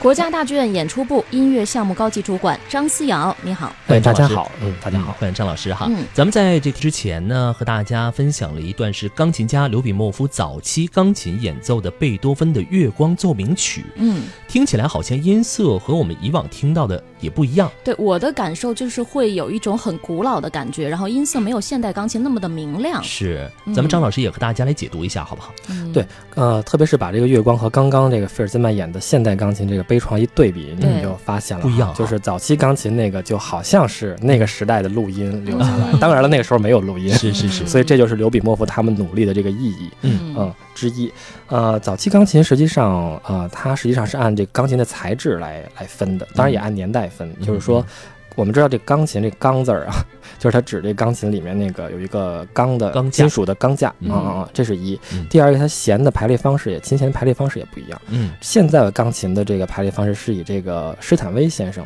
B: 国家大剧院演出部音乐项目高级主管张思瑶，你好。
C: 哎，
A: 欢迎
C: 大
A: 张
C: 家
A: 老师
C: 好，嗯，大家好。
A: 欢迎张老师哈。
B: 嗯
A: 咱们在这个之前呢，和大家分享了一段是钢琴家刘比莫夫早期钢琴演奏的贝多芬的《月光奏鸣曲》，
B: 嗯，
A: 听起来好像音色和我们以往听到的也不一样。
B: 对，我的感受就是会有一种很古老的感觉，然后音色没有现代钢琴那么的明
C: 啊
B: 亮。
A: 是，
B: 嗯
A: 咱们张老师也和大家来解读一下，好不好？
B: 嗯，
C: 对，呃，特别是把这个月光和刚刚这个费尔兹曼演的现代钢琴这个悲怆一对比，
B: 对
C: 你就发现了啊
A: 不一样哈
C: 就是早期钢琴那个就好像是那个时代的录音留下来，
B: 嗯
C: 当然了，那个时候没有录音，
A: 是是是，
C: 所以这就是刘比莫夫他们努力的这个意义。
B: 嗯
C: 嗯，之一，呃，早期钢琴实际上，呃，它实际上是按这个钢琴的材质来来分的，
A: 嗯
C: 当然也按年代分。就是说，我们知道这钢琴这“钢”字儿啊，就是它指这钢琴里面那个有一个钢的
A: 钢架
C: 金属的钢架，
A: 嗯
C: 啊啊啊，这是一
A: 嗯。
C: 第二个，它弦的排列方式也琴弦排列方式也不一样。
A: 嗯
C: 现在的钢琴的这个排列方式是以这个施坦威先生，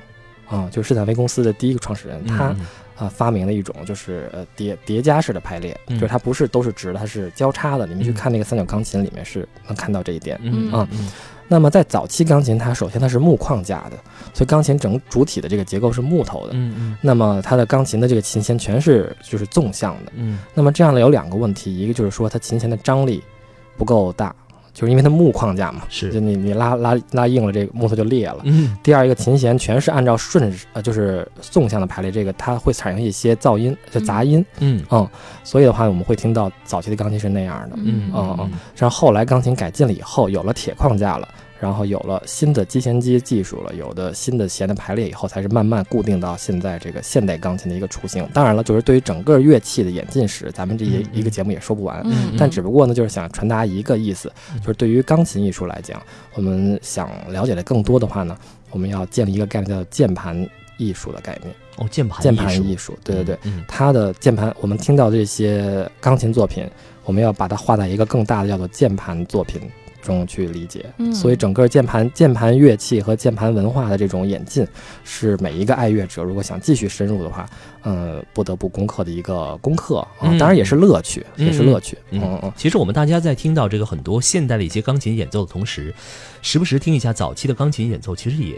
C: 啊，就是施坦威公司的第一个创始人，他
A: 嗯
C: 啊、发明了一种就是呃叠叠加式的排列，
A: 嗯
C: 就是它不是都是直的，它是交叉的。你们去
A: 嗯
C: 看那个三角钢琴里面是能看到这一点。
A: 嗯
B: 嗯
A: 嗯嗯
C: 那么在早期钢琴，它首先它是木框架的，所以钢琴整主体的这个结构是木头的。
A: 嗯嗯
C: 那么它的钢琴的这个琴弦全是就是纵向的。
A: 嗯
C: 那么这样呢有两个问题，一个就是说它琴弦的张力不够大，就是因为它木框架嘛，
A: 是
C: 就你你拉拉拉硬了，这个木头就裂了。
A: 嗯
C: 第二一个琴弦全是按照顺呃就是纵向的排列，这个它会产生一些噪音，就杂音，
A: 嗯
C: 嗯所以的话我们会听到早期的钢琴是那样的，
A: 嗯
C: 哦哦，然后后来钢琴改进了以后，有了铁框架了，然后有了新的击弦机技术了，有的新的弦的排列以后，才是慢慢固定到现在这个现代钢琴的一个雏形。当然了，就是对于整个乐器的演进史，咱们这一
A: 嗯嗯
C: 一个节目也说不完，
B: 嗯，
C: 但只不过呢，就是想传达一个意思，
A: 嗯
C: 就是对于钢琴艺术来讲，我们想了解的更多的话呢，我们要建立一个概念叫键盘艺术的概念，
A: 哦，键盘
C: 键盘
A: 艺
C: 艺
A: 术，
C: 术，对对对，
A: 嗯，
C: 它的键盘，我们听到这些钢琴作品，我们要把它画在一个更大的叫做键盘作品中去理解。
B: 嗯
C: 所以整个键盘、键盘乐器和键盘文化的这种演进，是每一个爱乐者如果想继续深入的话，嗯，不得不攻克的一个功课啊、
A: 嗯
C: 当然也是乐趣，
A: 嗯
C: 也是乐趣。
A: 嗯
C: 嗯嗯嗯，
A: 其实我们大家在听到这个很多现代的一些钢琴演奏的同时，时不时听一下早期的钢琴演奏，其实也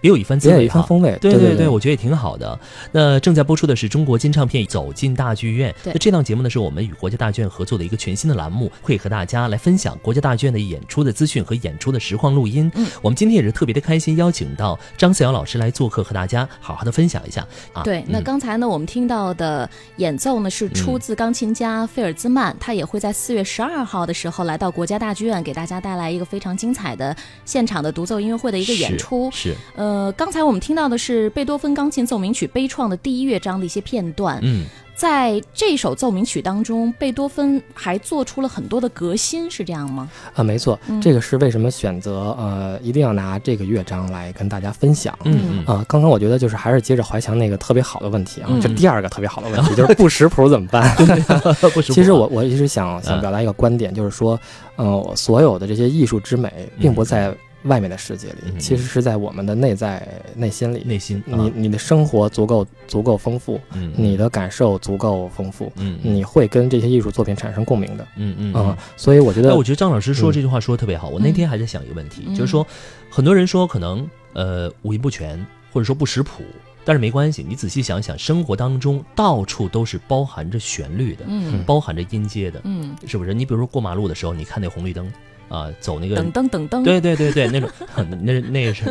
A: 别有一番滋
C: 别有
A: 味
C: 一番
A: 哈。
C: 风味。
A: 对
C: 对
A: 对，我觉得也挺好的。那正在播出的是中国金唱片《走进大剧院》。
B: 对
A: 那这档节目呢，是我们与国家大剧院合作的一个全新的栏目，会和大家来分享国家大剧院的演出的资讯和演出的实况录音。
B: 嗯
A: 我们今天也是特别的开心，邀请到张思瑶老师来做客，和大家好好的分享一下
C: 哦
A: 啊。
B: 对，那
A: 嗯
B: 刚才呢，我们听到的演奏呢是
C: 嗯
B: 出自钢琴家费尔兹曼，他也会在四月十二号的时候来到国家大剧院，给大家带来一个非常精彩的现场的独奏音乐会的一个演
A: 是
B: 出。
A: 是，
B: 呃，刚才我们听到的是贝多芬钢琴奏鸣曲《悲怆》的第一乐章的一些片段。
A: 嗯，
B: 在这首奏鸣曲当中，贝多芬还做出了很多的革新，是这样吗？嗯
C: 啊，没错，这个是为什么选择呃一定要拿这个乐章来跟大家分享。
A: 嗯
C: 啊，刚刚我觉得就是还是接着怀强那个特别好的问题啊，
B: 嗯
C: 这第二个特别好的问题就是不识谱怎么办？
A: 嗯，不舒服
C: 其实
A: 啊
C: 我我一直想想表达一个观点，就是说，嗯，所有的这些艺术之美，并不在外面的世界里
A: 嗯，
C: 其实是在我们的内在内心里。
A: 内心啊，
C: 你你的生活足够足够丰富，
A: 嗯
C: 你的感受足够丰富，
A: 嗯嗯
C: 你会跟这些艺术作品产生共鸣的。
A: 嗯嗯
C: 啊，所以我觉
A: 哎，
C: 得
A: 我觉得张老师说
C: 嗯
A: 这句话说的特别好。我那天还在想一个问题，
B: 嗯
A: 就是说，很多人说可能呃五音不全，或者说不识谱，但是没关系，你仔细想想，生活当中到处都是包含着旋律的，
B: 嗯
A: 包含着音阶的，
B: 嗯，
A: 是不是？你比如说过马路的时候，你看那红绿灯啊、走那个
B: 噔噔噔噔，
A: 对对对对，那种 那那个是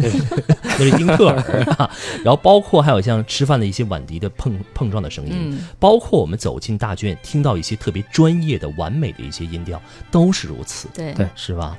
A: 那是那是英特尔啊，然后包括还有像吃饭的一些碗碟的碰碰撞的声音，
B: 嗯
A: 包括我们走进大剧院听到一些特别专业的、完美的一些音调，都是如此，
B: 对
C: 对
A: 是吧？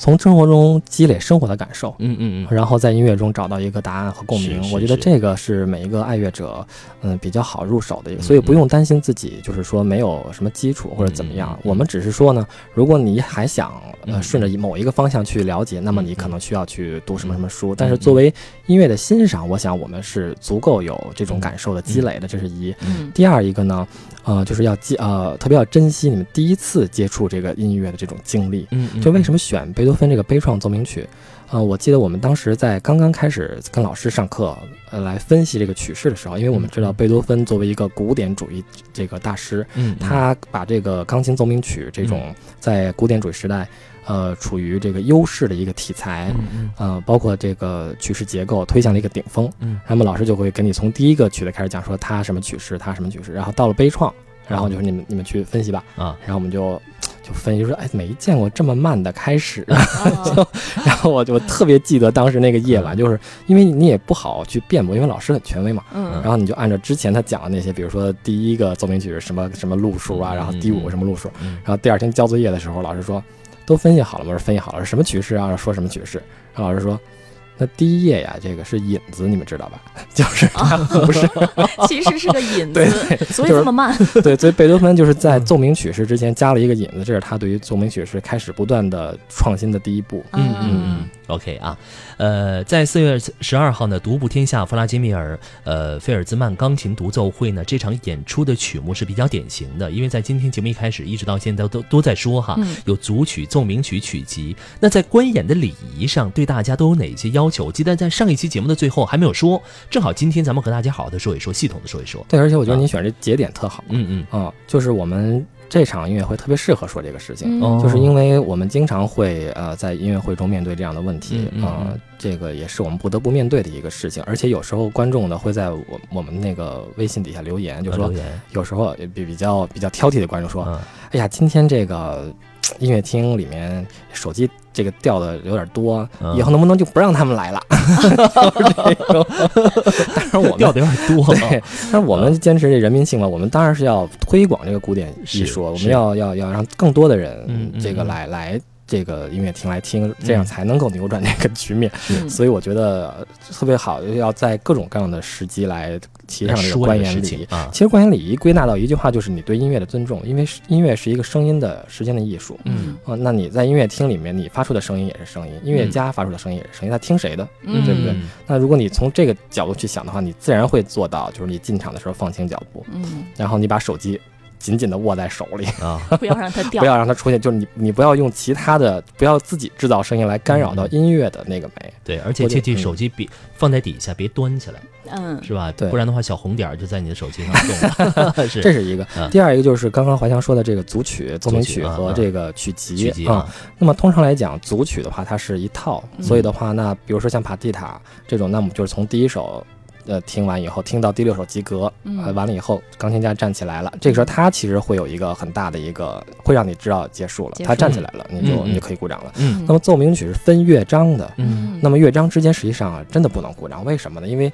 C: 从生活中积累生活的感受，
A: 嗯嗯嗯，
C: 然后在音乐中找到一个答案和共鸣。
A: 是是
C: 我觉得
A: 是
C: 这个是每一个爱乐者，嗯，比较好入手的一
A: 嗯
C: 个，所以不用担心自己就是说没有什么基础或者怎么样。
A: 嗯嗯嗯
C: 我们只是说呢，如果你还想
A: 嗯
C: 呃顺着某一个方向去了解，那么
A: 嗯
C: 你可能需要去读什么什么书。
A: 嗯
C: 但是作为音乐的欣赏，我想我们是足够有这种感受的积累的，这是一。
B: 嗯
C: 第二一个呢，呃，就是要记呃特别要珍惜你们第一次接触这个音乐的这种经历。
A: 嗯嗯，
C: 就为什
A: 么？
C: 么选贝多芬这个悲怆奏鸣曲？啊、我记得我们当时在刚刚开始跟老师上课，呃，来分析这个曲式的时候，因为我们知道贝多芬作为一个古典主义这个大师，
A: 嗯，嗯
C: 他把这个钢琴奏鸣曲这种在古典主义时代，呃，处于这个优势的一个题材，
A: 嗯嗯
C: 呃，包括这个曲式结构推向了一个顶峰。
A: 嗯，
C: 那么老师就会给你从第一个曲子开始讲，说它什么曲式，它什么曲式，然后到了悲怆，然后就是你们你们去分析吧。
A: 啊，
C: 然后我们就就分析说，哎，没见过这么慢的开始。
B: 哦
C: 然后我就特别记得当时那个夜晚，
A: 嗯
C: 就是因为你也不好去辩驳，因为老师很权威嘛。
B: 嗯
C: 然后你就按照之前他讲的那些，比如说第一个奏鸣曲是什么什么路数啊，
A: 嗯
C: 然后第五什么路数，
A: 嗯
C: 然后第二天交作业的时候，老师说都分析好了吗？我说分析好了，什么曲式啊？说什么曲式？然后老师说。那第一页呀，这个是引子，你们知道吧？ 就是它
A: 哦
C: 不是
B: 其实是个引
C: 对
B: 子，所以
C: 就是
B: 这么慢。
C: 对，所以贝多芬就是在奏鸣曲式之前加了一个引子，这是他对于奏鸣曲式开始不断的创新的第一步。
A: 嗯嗯嗯，OK 啊，呃，在四月十二号呢，独步天下弗拉基米尔呃费尔兹曼钢琴独奏会呢，这场演出的曲目是比较典型的，因为在今天节目一开始一直到现在都都在说哈，
C: 啊
B: 嗯
A: 有组曲、奏鸣曲、曲集。那在观演的礼仪上，对大家都有哪些要求？我记得在上一期节目的最后还没有说，正好今天咱们和大家好好的说一说，系统的说一说。
C: 对，而且我觉得
A: 啊
C: 你选这节点特好，
A: 嗯嗯，
C: 啊、就是我们这场音乐会特别适合说这个事情，
B: 嗯
A: 哦
C: 就是因为我们经常会呃在音乐会中面对这样的问题
A: 嗯嗯
C: 啊、
A: 嗯
C: 这个也是我们不得不面对的一个事情，而且有时候观众呢会在我我们那个微信底下留言，就
A: 呃
C: 说
A: 留言
C: 有时候也比比较比较挑剔的观众说，
A: 啊，
C: 哎呀，今天这个嘖音乐厅里面手机这个掉的有点多，
A: 嗯
C: 以后能不能就不让他们来了？ 就是这 种，但是 我们
A: 掉的有点多啊
C: 对，但是我
A: 嗯
C: 们坚持这人民性嘛，我们当然是要推广这个古典艺
A: 是
C: 术，我
A: 是
C: 们要要要让更多的
A: 嗯
C: 人
A: 嗯
C: 这个
A: 嗯
C: 来来这个音乐厅来听，这样才能够扭转这个局面。
B: 嗯
C: 所以我觉得呃特别好，要在各种各样的时机来提上这个
A: 说
C: 官
A: 你的
C: 员
A: 事
C: 礼
A: 情。啊，
C: 其实官员礼仪归纳到一句话，就是你对音乐的尊重，因为是音乐是一个声音的时间的艺术。
A: 嗯
C: 啊、那你在音乐厅里面，你发出的声音也是声音，音乐家发出的声音也是声音，他听谁的？
B: 嗯
C: 对不对？那如果你从这个角度去想的话，你自然会做到，就是你进场的时候放轻脚步，
B: 嗯，
C: 然后你把手机紧紧地握在手里，
A: 啊，
B: 不要让它掉
C: 不。要让它出现，就是你你不要用其他的，不要自己制造声音来干扰到
A: 嗯
C: 音乐的那个美。
A: 对，而且
C: 我就
A: 切记
C: 嗯
A: 手机别放在底下，别端起来，
B: 嗯
A: 是吧？
C: 对
A: 不然的话，小红点儿就在你的手机上动 了。是
C: 这是一个
A: 嗯。
C: 第二一个就是刚刚怀强说的这个组曲、奏鸣曲
A: 啊
C: 和
A: 啊
C: 这个曲集嗯
A: 曲集啊，
C: 那么通常来讲，组曲的话，它是一套，
B: 嗯
C: 所以的话，那比如说像帕蒂塔这种，那我们就是从第一首。呃，听完以后，听到第六首及格，
B: 嗯
C: 呃，完了以后，钢琴家站起来了。这个时候，他其实会有一个很大的一个，会让你知道结束了，
B: 结束
C: 他站起来了，你就
A: 嗯嗯
C: 你就可以鼓掌了。
A: 嗯
C: 那么奏鸣曲是分乐章的，
A: 嗯
C: 那么乐章之间实际上啊真的不能鼓掌，为什么呢？因为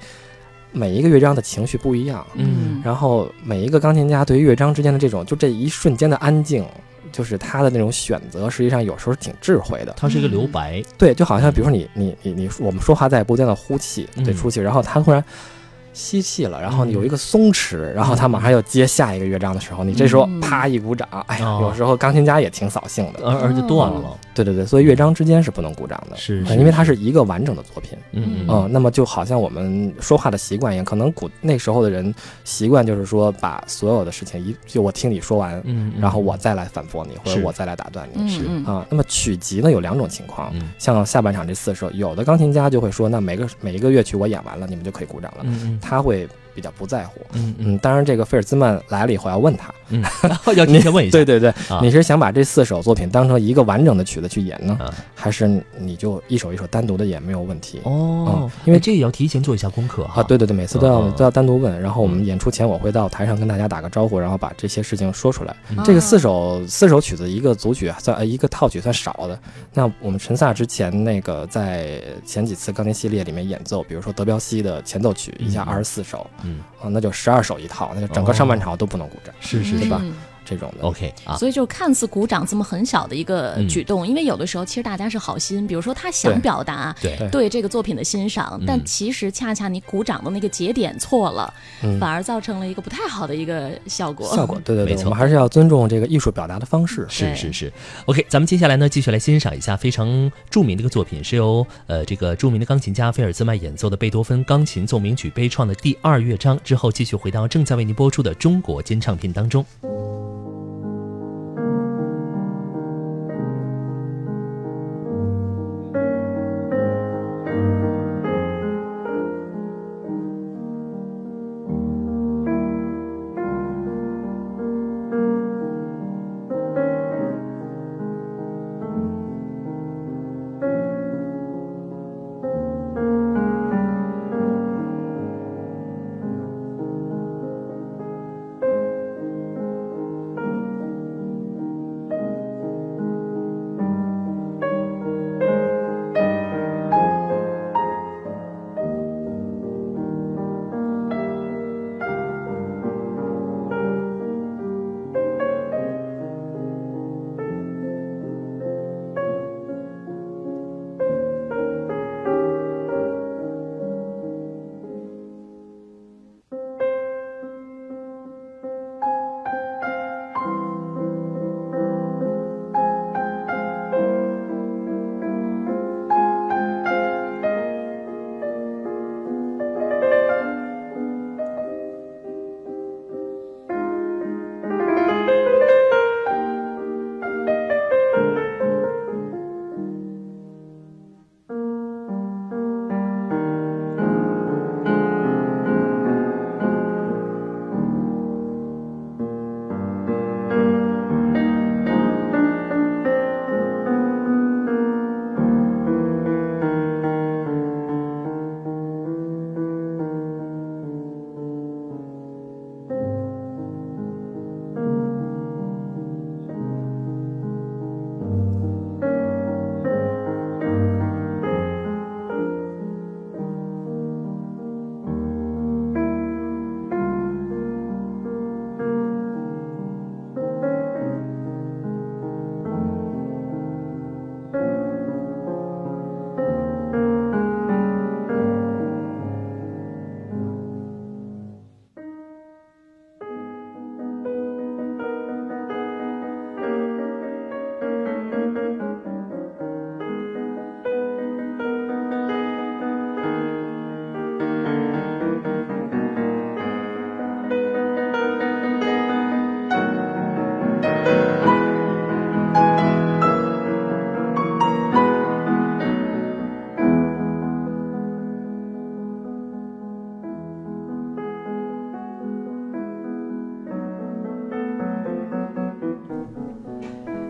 C: 每一个乐章的情绪不一样，
A: 嗯
C: 然后每一个钢琴家对于乐章之间的这种就这一瞬间的安静，就是他的那种选择，实际上有时候挺智慧的。
A: 它是一个留白，
C: 对，就好像比如说你你你你，我们说话在不断的呼气，
A: 嗯
C: 对，出气，然后他突然吸气了，然后
A: 嗯
C: 有一个松弛，然后他马上要接下一个乐章的时候，你这时候
B: 嗯
C: 啪一鼓掌，哎呀，
A: 哦
C: 有时候钢琴家也挺扫兴的。
A: 而而且断
C: 哦
A: 了，
C: 对对对，所以乐章之间是不能鼓掌的，
A: 是，
C: 因为它是一个完整的作品。
A: 嗯
C: 嗯，那么就好像我们说话的习惯一样，可能古那时候的人习惯就是说，把所有的事情一就我听你说完，
A: 嗯，嗯
C: 然后我再来反驳你，或
A: 是
C: 者我再来打断你。
A: 是
B: 嗯嗯
C: 啊，那么曲集呢有两种情况，
A: 嗯
C: 像下半场这四首，有的钢琴家就会说，那每个每一个乐曲我演完了，你们就可以鼓掌了，
A: 嗯
C: 他会比较不在乎。
A: 嗯嗯
C: 嗯，当然这个费尔兹曼来了以后要问他，
A: 嗯， 要提前问一下，
C: 对对对，
A: 啊
C: 你是想把这四首作品当成一个完整的曲子去演呢，
A: 啊
C: 还是你就一首一首单独的演没有问题？
A: 哦
C: 嗯，因为
A: 哎这也要提前做一下功课哈
C: 啊，对对对，每次都要、
A: 嗯
C: 都要单独问，然后我们演出前我会到台上跟大家打个招呼，然后把这些事情说出来。
A: 嗯
C: 这个四首四首曲子一个组曲算呃一个套曲算少的。那我们陈萨之前那个在前几次钢琴系列里面演奏，比如说德彪西的前奏曲一下
A: 嗯
C: 二十四首，
A: 嗯哦
C: 啊，那就十二首一套，那就整个上半场都不能鼓掌
A: 是是
C: 对
A: 是
C: 吧
B: 嗯
C: 这种的。
A: ，OK 啊，
B: 所以就看似鼓掌这么很小的一个
A: 嗯
B: 举动，因为有的时候其实大家是好心，比如说他想
C: 对
B: 表达
A: 对
C: 对
B: 对这个作品的欣赏
A: 嗯，
B: 但其实恰恰你鼓掌的那个节点错了，
C: 嗯
B: 反而造成了一个不太好的一个效果。
C: 效果对对
A: 没
C: 对，
A: 错
C: 我们还是要尊重这个艺术表达的方式。
A: 是
B: 对
A: 是是，OK，咱们接下来呢，继续来欣赏一下非常著名的一个作品，是由呃这个著名的钢琴家菲尔兹曼演奏的贝多芬钢琴奏鸣曲悲怆的第二乐章。之后继续回到正在为您播出的中国金唱片当中。
D: Thank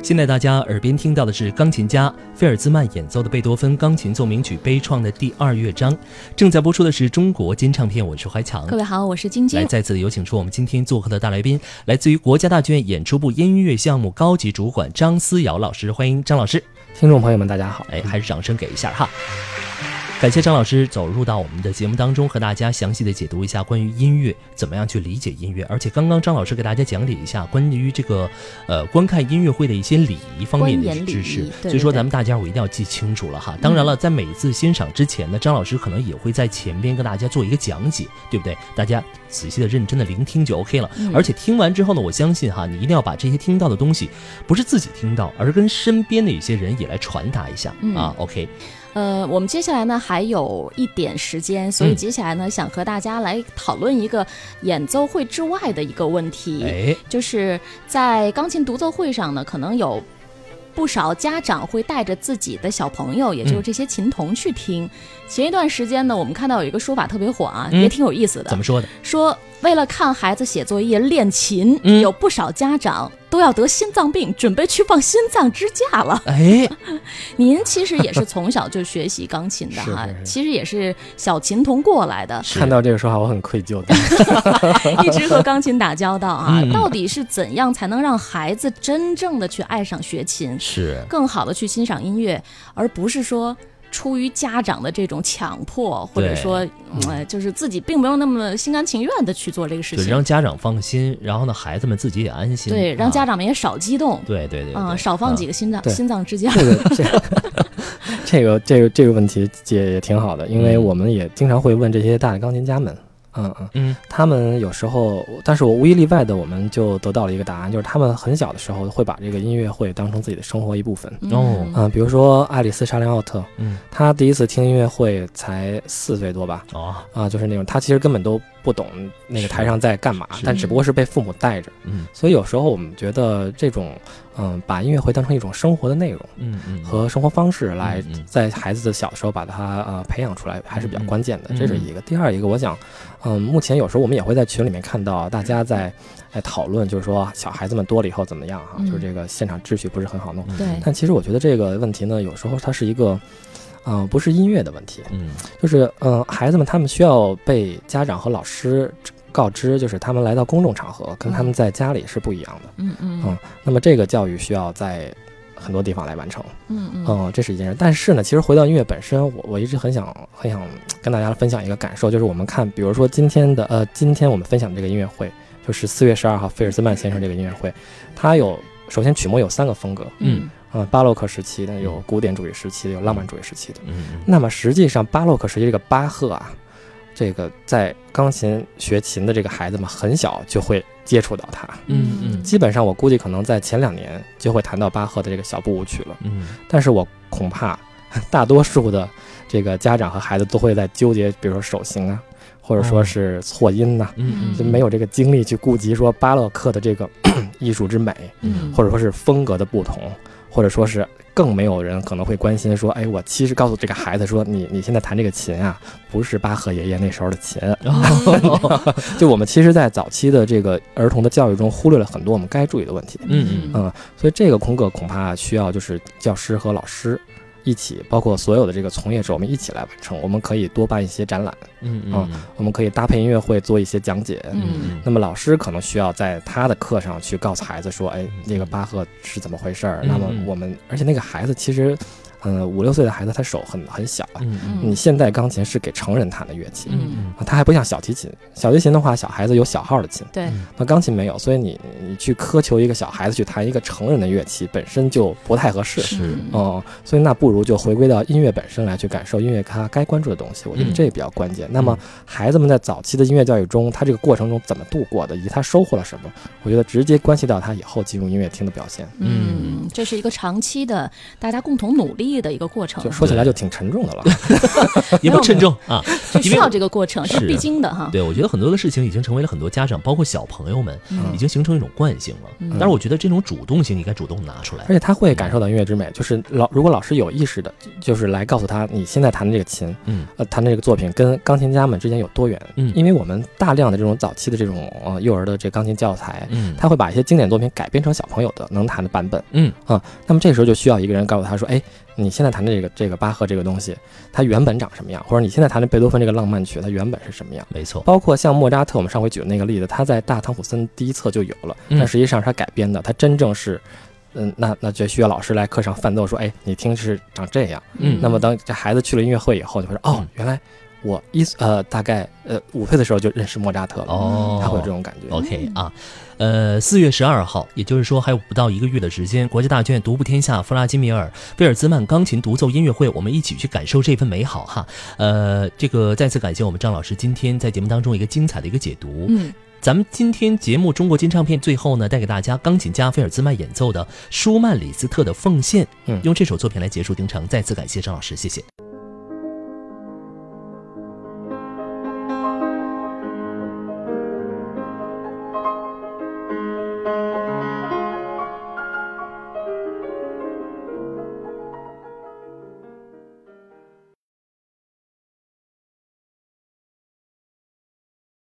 A: 现在大家耳边听到的是钢琴家费尔兹曼演奏的贝多芬钢琴奏鸣曲《悲怆》的第二乐章。正在播出的是中国金唱片，我是怀强
B: 各。位好，我是晶
A: 来，
B: 晶。
A: 再次有请出我们今天做客的大来宾，来自于国家大剧院演出部音乐项目高级主管张思瑶老师，欢迎张老师。
C: 听众朋友们，大家好。
A: 哎，还是掌声给一下哈。感谢张老师走入到我们的节目当中，和大家详细的解读一下关于音乐怎么样去理解音乐，而且刚刚张老师给大家讲解一下关于这个呃观看音乐会的一些礼仪方面的
B: 观演礼
A: 知识
B: 仪，对
A: 所以说
B: 对对嗯
A: 咱们大家我一定要记清楚了哈。当然了，在每一次欣赏之前呢，张老师可能也会在前边跟大家做一个讲解，对不对？大家仔细的、认真的聆听就 OK 了。
B: 嗯
A: 而且听完之后呢，我相信哈，你一定要把这些听到的东西，不是自己听到，而是跟身边的一些人也来传达一下、
B: 嗯
A: 啊。OK，
B: 呃，我们接下来呢还有一点时间，所以
A: 嗯
B: 接下来呢、想和大家来讨论一个演奏会之外的一个问题，
A: 哎，
B: 就是在钢琴独奏会上呢，可能有。不少家长会带着自己的小朋友，也就是这些琴童去听。前一段时间呢，我们看到有一个说法特别火啊，
A: 嗯
B: 也挺有意思的
A: 怎，么说的？
B: 说为了看孩子写作业练琴，
A: 嗯
B: 有不少家长都要得心脏病，准备去放心脏支架了。
A: 哎，，
B: 您其实也是从小就学习钢琴的哈，
C: 是是是
B: 其实也是小琴童过来的
C: 看到这个说法，我很愧疚的。
B: 哎一直和钢琴打交道啊。
A: 嗯嗯
B: 到底是怎样才能让孩子真正的去爱上学琴，
A: 是
B: 更好的去欣赏音乐，而不是说。出于家长的这种强迫，或者
A: 对
B: 说，呃，就是自己并没有那么心甘情愿的去做这个事
A: 对，
B: 情，
A: 让家长放心，然后呢，孩子们自己也安心，
B: 对，让家
A: 长、
B: 长们也少激动，
A: 对对对，
B: 啊，
A: 对
B: 少放几
A: 啊
B: 个心脏
C: 对
B: 心脏支架。
C: 这个这 个这个这个这个问题解也挺好的，因为
A: 嗯
C: 我们也经常会问这些大的钢琴家们，嗯嗯，
A: 嗯，
C: 他们有时候，但是我无一例外的，我们就得到了一个答案，就是他们很小的时候会把这个音乐会当成自己的生活一部分。
A: 哦
C: 嗯，比如说爱丽丝·沙林奥特，
A: 嗯，
C: 她第一次听音乐会才四岁多吧，
A: 哦，
C: 啊，就是那种她其实根本都不懂那个台上在干嘛
A: 是，
C: 但只不过是被父母带着，
A: 嗯
C: 所以有时候我们觉得这种，嗯，把音乐会当成一种生活的内容。
A: 嗯嗯，
C: 和生活方式来
A: 嗯嗯
C: 在孩子的小时候把他呃培养出来，还是比较
A: 嗯
C: 关键的
A: 嗯，
C: 这是一个。第二一个，我想，嗯，目前有时候我们也会在群里面看到大家在在讨论，就是说小孩子们多了以后怎么样哈、
B: 嗯
C: 就是这个现场秩序不是很好弄。
A: 嗯
B: 对
C: 但其实我觉得这个问题呢，有时候它是一个。嗯、不是音乐的问题，
A: 嗯
C: 就是嗯、呃孩子们他们需要被家长和老师告知，就是他们来到公众场合跟他
A: 嗯
C: 们在家里是不一样的。
B: 嗯嗯
C: 嗯那么这个教育需要在很多地方来完成。
B: 嗯嗯
C: 嗯，这是一件事。但是呢，其实回到音乐本身，我我一直很想很想跟大家分享一个感受，就是我们看，比如说今天的呃，今天我们分享的这个音乐会，就是四月十二号菲尔兹曼先生这个音乐会，它有首先曲目有三个风格，
A: 嗯
C: 嗯、巴洛克时期的有古典主义时期的，有浪漫主义时期的。
A: 嗯，
C: 那么实际上，巴洛克时期这个巴赫啊，这个在钢琴学琴的这个孩子们很小就会接触到他，
A: 嗯嗯
C: 基本上我估计可能在前两年就会谈到巴赫的这个小步舞曲了。
A: 嗯
C: 但是我恐怕大多数的这个家长和孩子都会在纠结，比如说手型啊，或者说是错音呐、
A: 哦嗯，
C: 就没有这个精力去顾及说巴洛克的这个 艺术之美，
B: 嗯，
C: 或者说是风格的不同，或者说是更没有人可能会关心说，哎，我其实告诉这个孩子说，你你现在弹这个琴啊，不是巴赫爷爷那时候的琴。
A: 哦，
C: 就我们其实，在早期的这个儿童的教育中，忽略了很多我们该注意的问题。
A: 嗯
B: 嗯
C: 嗯，所以这个空格恐怕需要就是教师和老师一起，包括所有的这个从业者，我们一起来完成。我们可以多办一些展览，
A: 嗯嗯
C: 我们可以搭配音乐会做一些讲解。
A: 嗯
C: 那么老师可能需要在他的课上去告诉孩子说，哎，那个巴赫是怎么回事儿。
A: 嗯
C: 那么
A: 嗯
C: 我们，而且那个孩子其实，嗯，五六岁的孩子他手很很小啊。
A: 嗯
C: 你现代钢琴是给成人弹的乐器，
A: 嗯
C: 啊它还不像小提琴。小提琴的话，小孩子有小号的琴，
B: 对，
A: 嗯
C: 那钢琴没有，所以你你你去苛求一个小孩子去弹一个成人的乐器，本身就不太合适。
A: 是
C: 哦、所以那不如就回归到音乐本身来去感受音乐它该关注的东西，我觉得
A: 嗯
C: 这比较关键。那么孩子们在早期的音乐教育中，他这个过程中怎么度过的，以及他收获了什么，我觉得直接关系到他以后进入音乐厅的表现。
B: 嗯，这是一个长期的大家共同努力立的一个过程
C: 就，说起来就挺沉重的了。
A: 也不沉重啊。
B: 就需要
A: 因为
B: 这个过程，
A: 是
B: 是必经的哈。
A: 对，我觉得很多的事情已经成为了很多家长，包括小朋友们，
B: 嗯
A: 已经形成一种惯性了。
B: 嗯
A: 但是我觉得这种主动性应该主动拿出来
C: 而。且他会感受到音乐之美，就是老如果老师有意识的，就是来告诉他你现在弹的这个琴，
A: 嗯
C: 呃，弹的这个作品跟钢琴家们之间有多远。
A: 嗯
C: 因为我们大量的这种早期的这种呃幼儿的这钢琴教材，
A: 嗯，
C: 他会把一些经典作品改编成小朋友的能弹的版本。
A: 嗯
C: 啊，那么这时候就需要一个人告诉他说，哎，你现在弹的这个这个巴赫这个东西，它原本长什么样，或者你现在弹的贝多芬这个浪漫曲，它原本是什么样。
A: 没错，
C: 包括像莫扎特，我们上回举的那个例子，他在《大唐普森》第一册就有了，
A: 嗯
C: 但实际上是他改编的，他真正是，嗯，那那就需要老师来课上伴奏说，哎，你听是长这样。
A: 嗯
C: 那么当这孩子去了音乐会以后，就会说，哦
A: 嗯，
C: 原来我一呃大概呃五岁的时候就认识莫扎特了，
B: 嗯
A: 哦，
C: 他会有这种感觉。
A: OK 啊，呃，四月十二号，也就是说还有不到一个月的时间，国家大剧院独步天下，弗拉基米尔·贝尔兹曼钢琴独奏音乐会，我们一起去感受这份美好哈。呃，这个再次感谢我们张老师今天在节目当中一个精彩的一个解读。
B: 嗯，
A: 咱们今天节目《中国金唱片》最后呢，带给大家钢琴家菲尔兹曼演奏的舒曼李斯特的《奉献》，
C: 嗯
A: 用这首作品来结束丁程。再次感谢张老师，谢谢。